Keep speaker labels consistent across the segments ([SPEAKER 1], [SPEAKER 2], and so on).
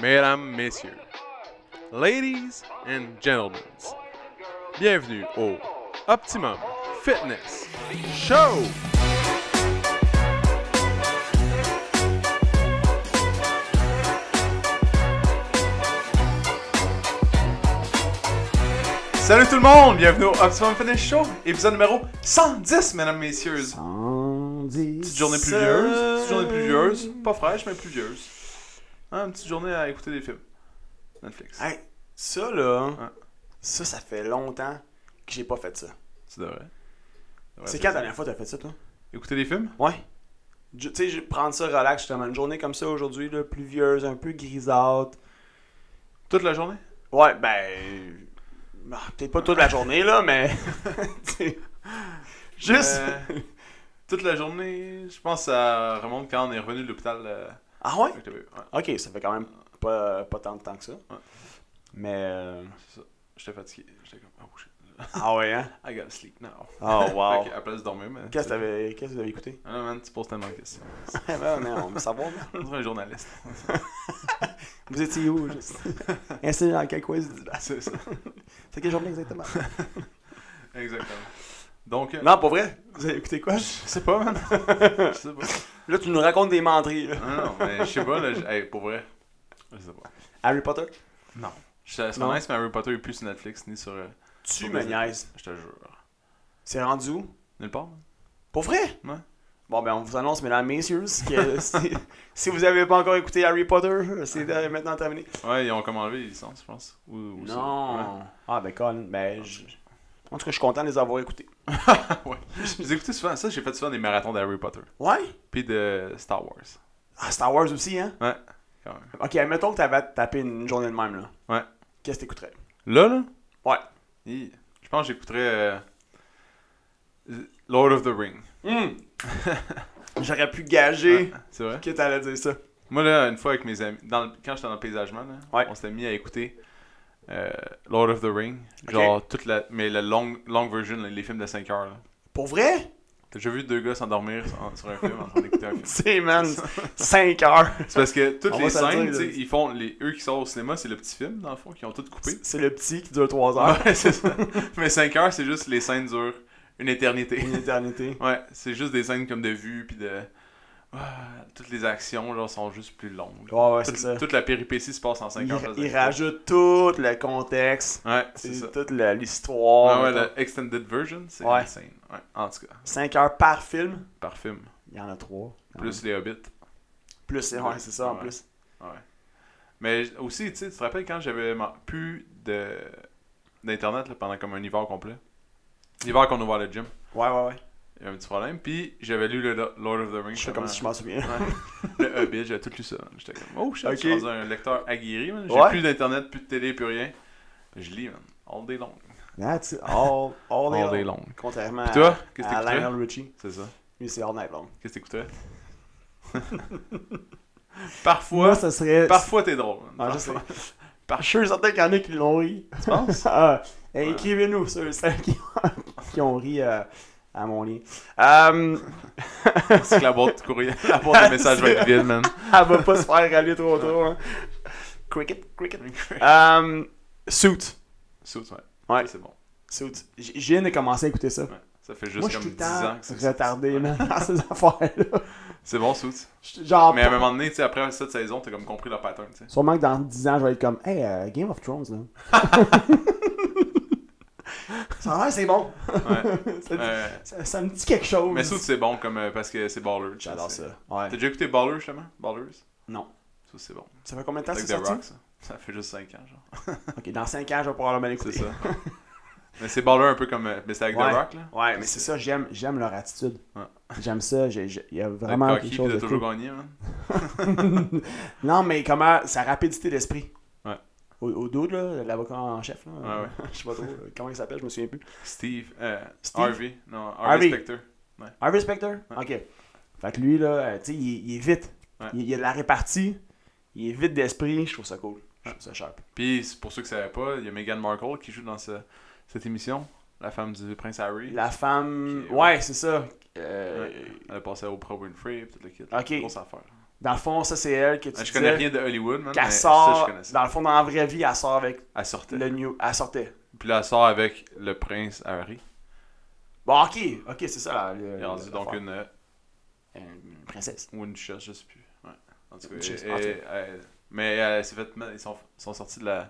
[SPEAKER 1] mesdames, messieurs, ladies and gentlemen, bienvenue au Optimum Fitness Show! Salut tout le monde, bienvenue au Optimum Fitness Show, épisode numéro 110, mesdames, messieurs.
[SPEAKER 2] 110.
[SPEAKER 1] Petite journée pluvieuse. Petite journée pluvieuse. Pas fraîche, mais pluvieuse. Hein, une petite journée à écouter des films. Netflix.
[SPEAKER 2] Hey, ça là,
[SPEAKER 1] Ouais. Ben,
[SPEAKER 2] ça, ça fait longtemps que j'ai pas fait ça.
[SPEAKER 1] C'est vrai.
[SPEAKER 2] c'est quand la dernière fois que t'as fait ça, toi
[SPEAKER 1] Écouter des films
[SPEAKER 2] Ouais. Je- Tu sais, je- prendre ça relax justement. Une journée comme ça aujourd'hui, là, pluvieuse, un peu grisâtre.
[SPEAKER 1] Toute la journée
[SPEAKER 2] Ouais, ben. ah, Peut-être pas toute la journée là, mais. tu sais, Juste.
[SPEAKER 1] Euh, Toute la journée, je pense que ça remonte quand on est revenu de l'hôpital euh,
[SPEAKER 2] Ah ouais
[SPEAKER 1] avec le bébé. Ouais,
[SPEAKER 2] Ok, ça fait quand même pas, pas tant de temps que ça. Mais. euh,
[SPEAKER 1] c'est ça. J'étais fatigué. J'étais comme, oh shit.
[SPEAKER 2] Ah ouais, hein
[SPEAKER 1] I gotta sleep now.
[SPEAKER 2] Oh wow.
[SPEAKER 1] Fait que, à place de dormir, mais.
[SPEAKER 2] Qu'est-ce que t'avais- qu'est-ce que vous avez écouté
[SPEAKER 1] Ah non, man, tu poses tellement de questions.
[SPEAKER 2] Ah, ben, on veut savoir, man.
[SPEAKER 1] On dirait un journaliste.
[SPEAKER 2] Vous étiez où, juste? Installé dans quel coin du Liban?
[SPEAKER 1] c'est ça.
[SPEAKER 2] C'est quelle journée exactement?
[SPEAKER 1] Exactement. Donc, euh,
[SPEAKER 2] Non, pour vrai. Vous avez écouté quoi?
[SPEAKER 1] je sais pas, man. je sais pas.
[SPEAKER 2] Là, tu nous racontes des menteries. là.
[SPEAKER 1] Non, non, mais je sais pas, là. j- Hey, pour vrai. Je sais pas.
[SPEAKER 2] Harry Potter?
[SPEAKER 1] Non. Je suis
[SPEAKER 2] Non.
[SPEAKER 1] mais Harry Potter est plus sur Netflix ni sur. euh,
[SPEAKER 2] Tu
[SPEAKER 1] Sur
[SPEAKER 2] me
[SPEAKER 1] Disney+.
[SPEAKER 2] niaises.
[SPEAKER 1] Je te jure.
[SPEAKER 2] C'est rendu où?
[SPEAKER 1] Nulle part, hein? man.
[SPEAKER 2] Pour vrai?
[SPEAKER 1] Ouais.
[SPEAKER 2] Bon, ben, on vous annonce, mesdames, messieurs, que si, si vous avez pas encore écouté Harry Potter, c'est euh, maintenant terminé.
[SPEAKER 1] Ouais, ils ont comme enlevé les licences, je pense. Ou, ou ça. Ouais.
[SPEAKER 2] Ah, ben, Colin, ben, je... En tout cas, je suis content de les avoir écoutés.
[SPEAKER 1] ouais. Je les écoutais souvent. Ça, j'ai fait souvent des marathons d'Harry Potter.
[SPEAKER 2] Ouais?
[SPEAKER 1] Puis de Star Wars.
[SPEAKER 2] Ah, Star Wars aussi, hein?
[SPEAKER 1] Ouais, quand même.
[SPEAKER 2] Ok, admettons que t'avais tapé une journée de même, là.
[SPEAKER 1] Ouais.
[SPEAKER 2] Qu'est-ce que t'écouterais?
[SPEAKER 1] Là, là,
[SPEAKER 2] Ouais.
[SPEAKER 1] hi, je pense que j'écouterais euh, Lord of the Ring.
[SPEAKER 2] Hum! J'aurais pu gager
[SPEAKER 1] Ouais, c'est vrai?
[SPEAKER 2] que t'allais dire ça.
[SPEAKER 1] Moi, là, une fois avec mes amis, dans le- quand j'étais dans le paysagement, là,
[SPEAKER 2] Ouais.
[SPEAKER 1] on s'était mis à écouter euh, Lord of the Ring.
[SPEAKER 2] Ok.
[SPEAKER 1] Genre, toute la, mais la longue long version, là, les films de 5 heures. là.
[SPEAKER 2] Pour vrai?
[SPEAKER 1] T'as déjà vu deux gars s'endormir sur- sur un film en train d'écouter un film?
[SPEAKER 2] C'est, man, 5 heures.
[SPEAKER 1] C'est parce que toutes
[SPEAKER 2] On
[SPEAKER 1] les
[SPEAKER 2] va se le
[SPEAKER 1] scènes,
[SPEAKER 2] dire,
[SPEAKER 1] tu sais,
[SPEAKER 2] là.
[SPEAKER 1] ils font les, eux qui sont au cinéma, c'est le petit film dans le fond, qui ont tout coupé.
[SPEAKER 2] C'est le petit qui dure 3 heures.
[SPEAKER 1] Ouais, c'est ça. Mais 5 heures, c'est juste les scènes durent une éternité.
[SPEAKER 2] Une éternité.
[SPEAKER 1] Ouais, c'est juste des scènes comme de vue puis de Ah, toutes les actions genre sont juste plus longues.
[SPEAKER 2] Ouais, ouais, c'est
[SPEAKER 1] Toute,
[SPEAKER 2] ça.
[SPEAKER 1] toute la péripétie se passe en 5 heures. ça,
[SPEAKER 2] Il, il
[SPEAKER 1] c'est-
[SPEAKER 2] rajoute tout le contexte,
[SPEAKER 1] Ouais, c'est ça.
[SPEAKER 2] c'est toute la- l'histoire.
[SPEAKER 1] ouais, ouais, le extended version, c'est
[SPEAKER 2] Ouais.
[SPEAKER 1] insane. Ouais, en tout cas,
[SPEAKER 2] 5 heures par film.
[SPEAKER 1] par film.
[SPEAKER 2] Il y en a 3.
[SPEAKER 1] Plus les Hobbits.
[SPEAKER 2] Plus, c'est ouais, c'est ça en
[SPEAKER 1] Ouais.
[SPEAKER 2] plus.
[SPEAKER 1] Ouais. Mais j- aussi, tu sais, tu te rappelles quand j'avais man- plus de d'internet là, pendant comme un hiver complet. L'hiver qu'on a ouvert le gym,
[SPEAKER 2] Ouais, ouais, ouais.
[SPEAKER 1] il y avait un petit problème. Puis j'avais lu le Lo- Lord of the Rings.
[SPEAKER 2] Je fais comme si je
[SPEAKER 1] justement.
[SPEAKER 2] m'en souviens.
[SPEAKER 1] Ouais. le Hobbit, j'avais tout lu ça. J'étais comme, oh shit,
[SPEAKER 2] Ok.
[SPEAKER 1] je suis rendu un lecteur aguerri. man. J'ai
[SPEAKER 2] Ouais.
[SPEAKER 1] plus d'internet, plus de télé, plus rien. Je lis, man. All day long.
[SPEAKER 2] That's it. all, all day long. Ah.
[SPEAKER 1] long.
[SPEAKER 2] Contrairement
[SPEAKER 1] Puis toi,
[SPEAKER 2] à,
[SPEAKER 1] qu'est-ce que
[SPEAKER 2] à
[SPEAKER 1] t'écouterais
[SPEAKER 2] Lionel Richie,
[SPEAKER 1] C'est ça.
[SPEAKER 2] lui c'est all night long.
[SPEAKER 1] Qu'est-ce que t'écouterais
[SPEAKER 2] Moi,
[SPEAKER 1] Parfois,
[SPEAKER 2] ça serait.
[SPEAKER 1] parfois t'es drôle, man.
[SPEAKER 2] Ah, je sais.
[SPEAKER 1] Parfois.
[SPEAKER 2] Je suis certain qu'il y en a qui l'ont ri.
[SPEAKER 1] Tu penses
[SPEAKER 2] Ah,
[SPEAKER 1] Ouais.
[SPEAKER 2] Écrivez-nous ceux, celles qui, qui ont ri euh, à mon lit. Euh,
[SPEAKER 1] C'est que la boîte de courriel, la boîte de messages va être vide, man.
[SPEAKER 2] elle va pas se faire aller trop trop. hein. Cricket, cricket. Euh, suit.
[SPEAKER 1] Suits, ouais.
[SPEAKER 2] Ouais.
[SPEAKER 1] Ça, C'est bon.
[SPEAKER 2] Suit. J- Je viens de commencer à écouter ça.
[SPEAKER 1] Ouais. Ça fait juste
[SPEAKER 2] Moi, je
[SPEAKER 1] comme
[SPEAKER 2] suis tout
[SPEAKER 1] 10
[SPEAKER 2] le temps
[SPEAKER 1] ans que c'est
[SPEAKER 2] retardé man, dans ces affaires-là.
[SPEAKER 1] C'est bon, Suits.
[SPEAKER 2] Je- Genre,
[SPEAKER 1] Mais à un moment donné, tu sais, après cette saison, t'as comme compris leur pattern, tu sais.
[SPEAKER 2] sûrement que dans 10 ans, je vais être comme Hey, euh, Game of Thrones, là. ça a l'air, c'est bon.
[SPEAKER 1] Ouais.
[SPEAKER 2] Ça, dit-
[SPEAKER 1] Euh,
[SPEAKER 2] ça- ça me dit quelque chose.
[SPEAKER 1] mais Suits, c'est bon comme, euh, parce que c'est baller. tu sais,
[SPEAKER 2] J'adore
[SPEAKER 1] c'est-
[SPEAKER 2] ça. Ouais.
[SPEAKER 1] T'as déjà écouté Baller, justement Ballers
[SPEAKER 2] Non.
[SPEAKER 1] Ça, c'est bon.
[SPEAKER 2] Ça fait combien de temps que
[SPEAKER 1] Avec
[SPEAKER 2] c'est
[SPEAKER 1] The
[SPEAKER 2] sorti?
[SPEAKER 1] Rock, ça. Ça fait juste 5 ans, genre.
[SPEAKER 2] Ok, dans 5 ans, je vais probablement
[SPEAKER 1] C'est
[SPEAKER 2] l'écouter.
[SPEAKER 1] ça. mais c'est Baller un peu comme. euh, Mais c'est avec
[SPEAKER 2] Ouais.
[SPEAKER 1] The Rock, là.
[SPEAKER 2] Ouais, mais c'est ça, j'aime, j'aime leur attitude.
[SPEAKER 1] Ouais.
[SPEAKER 2] J'aime ça, j'ai- j'ai- il y a
[SPEAKER 1] Avec
[SPEAKER 2] vraiment
[SPEAKER 1] Cocky,
[SPEAKER 2] quelque
[SPEAKER 1] pis
[SPEAKER 2] chose
[SPEAKER 1] de
[SPEAKER 2] de
[SPEAKER 1] toujours hein.
[SPEAKER 2] cool.
[SPEAKER 1] gagner, man.
[SPEAKER 2] Non, mais comment, sa rapidité d'esprit.
[SPEAKER 1] Ouais.
[SPEAKER 2] Au, au dude, là, l'avocat en chef, là.
[SPEAKER 1] Ouais, ouais.
[SPEAKER 2] je sais pas trop euh, comment il s'appelle, je me souviens plus.
[SPEAKER 1] Steve. Euh,
[SPEAKER 2] Steve?
[SPEAKER 1] Harvey. Non,
[SPEAKER 2] Harvey.
[SPEAKER 1] Harvey Specter.
[SPEAKER 2] Harvey Specter? Ok. Fait que lui, là, euh, tu sais, il, est- il est vite.
[SPEAKER 1] Ouais.
[SPEAKER 2] Il, il a de la répartie. Il est vite d'esprit. Je trouve ça cool. Je trouve ça sharp.
[SPEAKER 1] Puis, c'est pour ceux qui ne savaient pas, il y a Meghan Markle qui joue dans ce- cette émission, la femme du prince Harry.
[SPEAKER 2] La femme.
[SPEAKER 1] Qui-
[SPEAKER 2] Ouais, c'est ça. Euh,
[SPEAKER 1] Elle a passé à Oprah Winfrey, peut-être le kit.
[SPEAKER 2] Ok.
[SPEAKER 1] Grosse affaire.
[SPEAKER 2] Dans le fond, ça, c'est elle que tu
[SPEAKER 1] je connais
[SPEAKER 2] disais
[SPEAKER 1] rien de Hollywood, man. mais
[SPEAKER 2] qu'elle
[SPEAKER 1] Ça,
[SPEAKER 2] sort.
[SPEAKER 1] je connaissais.
[SPEAKER 2] dans le fond, dans la vraie vie, elle sort avec
[SPEAKER 1] Elle sortait.
[SPEAKER 2] le New. Elle sortait.
[SPEAKER 1] Puis là, elle sort avec le prince Harry.
[SPEAKER 2] Bon, ok, ok, c'est ça. la- le-
[SPEAKER 1] Il a rendu
[SPEAKER 2] le-
[SPEAKER 1] donc
[SPEAKER 2] l'affaire.
[SPEAKER 1] une, euh,
[SPEAKER 2] Une princesse.
[SPEAKER 1] ou une chasse, je sais plus. Ouais. En tout cas,
[SPEAKER 2] Une chasse,
[SPEAKER 1] elle-
[SPEAKER 2] en tout cas.
[SPEAKER 1] elle- elle- mais elle s'est fait, ils sont, ils sont sortis de la,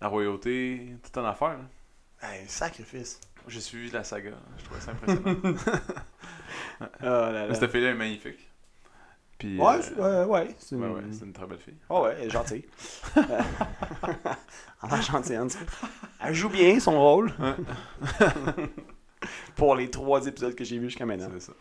[SPEAKER 1] la royauté, tout en affaire. là.
[SPEAKER 2] Hey, sacrifice.
[SPEAKER 1] J'ai suivi la saga, je trouvais ça impressionnant.
[SPEAKER 2] Oh là là.
[SPEAKER 1] Cette fille-là est magnifique. Puis,
[SPEAKER 2] Ouais,
[SPEAKER 1] euh,
[SPEAKER 2] c'est- ouais, ouais. C'est
[SPEAKER 1] ouais,
[SPEAKER 2] une...
[SPEAKER 1] ouais, c'est une très belle fille.
[SPEAKER 2] Oh ouais, elle est gentille. Euh, Elle est gentille, en tout cas. Elle joue bien son rôle. Pour les trois épisodes que j'ai vus jusqu'à maintenant.
[SPEAKER 1] C'est ça.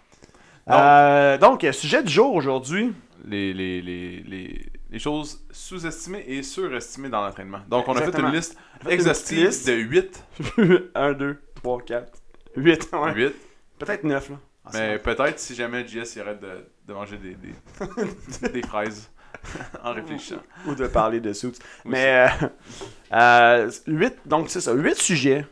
[SPEAKER 2] Euh, donc, euh, sujet du jour aujourd'hui.
[SPEAKER 1] les, les, les, les, les choses sous-estimées et surestimées dans l'entraînement. Donc, on a
[SPEAKER 2] Exactement.
[SPEAKER 1] fait une liste
[SPEAKER 2] fait une
[SPEAKER 1] exhaustive
[SPEAKER 2] petite liste.
[SPEAKER 1] de 8.
[SPEAKER 2] 1, 2, 3, 4, 8. ouais.
[SPEAKER 1] 8
[SPEAKER 2] Peut-être 9, là. Ah,
[SPEAKER 1] mais
[SPEAKER 2] c'est
[SPEAKER 1] peut-être si jamais JS il arrête de, de manger des, des, des fraises en réfléchissant.
[SPEAKER 2] bon. Ou de parler de soups.
[SPEAKER 1] Ou
[SPEAKER 2] mais euh, euh, 8, donc c'est ça, 8 sujets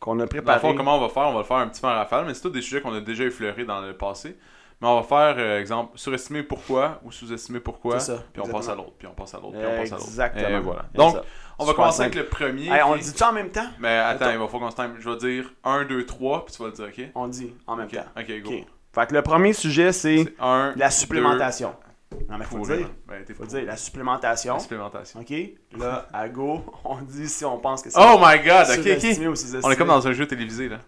[SPEAKER 2] qu'on a
[SPEAKER 1] Dans le
[SPEAKER 2] préparés.
[SPEAKER 1] fond, comment on va faire On va le faire un petit peu en rafale, mais c'est tous des sujets qu'on a déjà effleurés dans le passé. Mais on va faire, euh, exemple, surestimer pourquoi ou sous-estimer pourquoi.
[SPEAKER 2] C'est ça,
[SPEAKER 1] Puis on
[SPEAKER 2] exactement.
[SPEAKER 1] passe à l'autre, puis on passe à l'autre, puis on passe à l'autre.
[SPEAKER 2] Exactement.
[SPEAKER 1] Et voilà.
[SPEAKER 2] C'est
[SPEAKER 1] Donc,
[SPEAKER 2] ça.
[SPEAKER 1] on va
[SPEAKER 2] Super
[SPEAKER 1] commencer
[SPEAKER 2] simple.
[SPEAKER 1] avec le premier.
[SPEAKER 2] Hey, on
[SPEAKER 1] qui-
[SPEAKER 2] le dit-tu en même temps?
[SPEAKER 1] Mais attends,
[SPEAKER 2] Attends.
[SPEAKER 1] il va falloir qu'on se time. Je vais dire 1, 2, 3, puis tu vas le dire, OK
[SPEAKER 2] On le dit en même
[SPEAKER 1] Ok,
[SPEAKER 2] temps.
[SPEAKER 1] ok, go.
[SPEAKER 2] Ok. Fait que le premier sujet, c'est
[SPEAKER 1] C'est un,
[SPEAKER 2] la supplémentation. Non, mais faut le dire.
[SPEAKER 1] Ben, t'es
[SPEAKER 2] Faut le
[SPEAKER 1] pour-
[SPEAKER 2] dire, la supplémentation.
[SPEAKER 1] La supplémentation.
[SPEAKER 2] OK? Là, à go, on dit si on pense que c'est
[SPEAKER 1] Oh my god, ok, ok.
[SPEAKER 2] surestimé ou sous-estimé.
[SPEAKER 1] On est comme dans un jeu télévisé, là.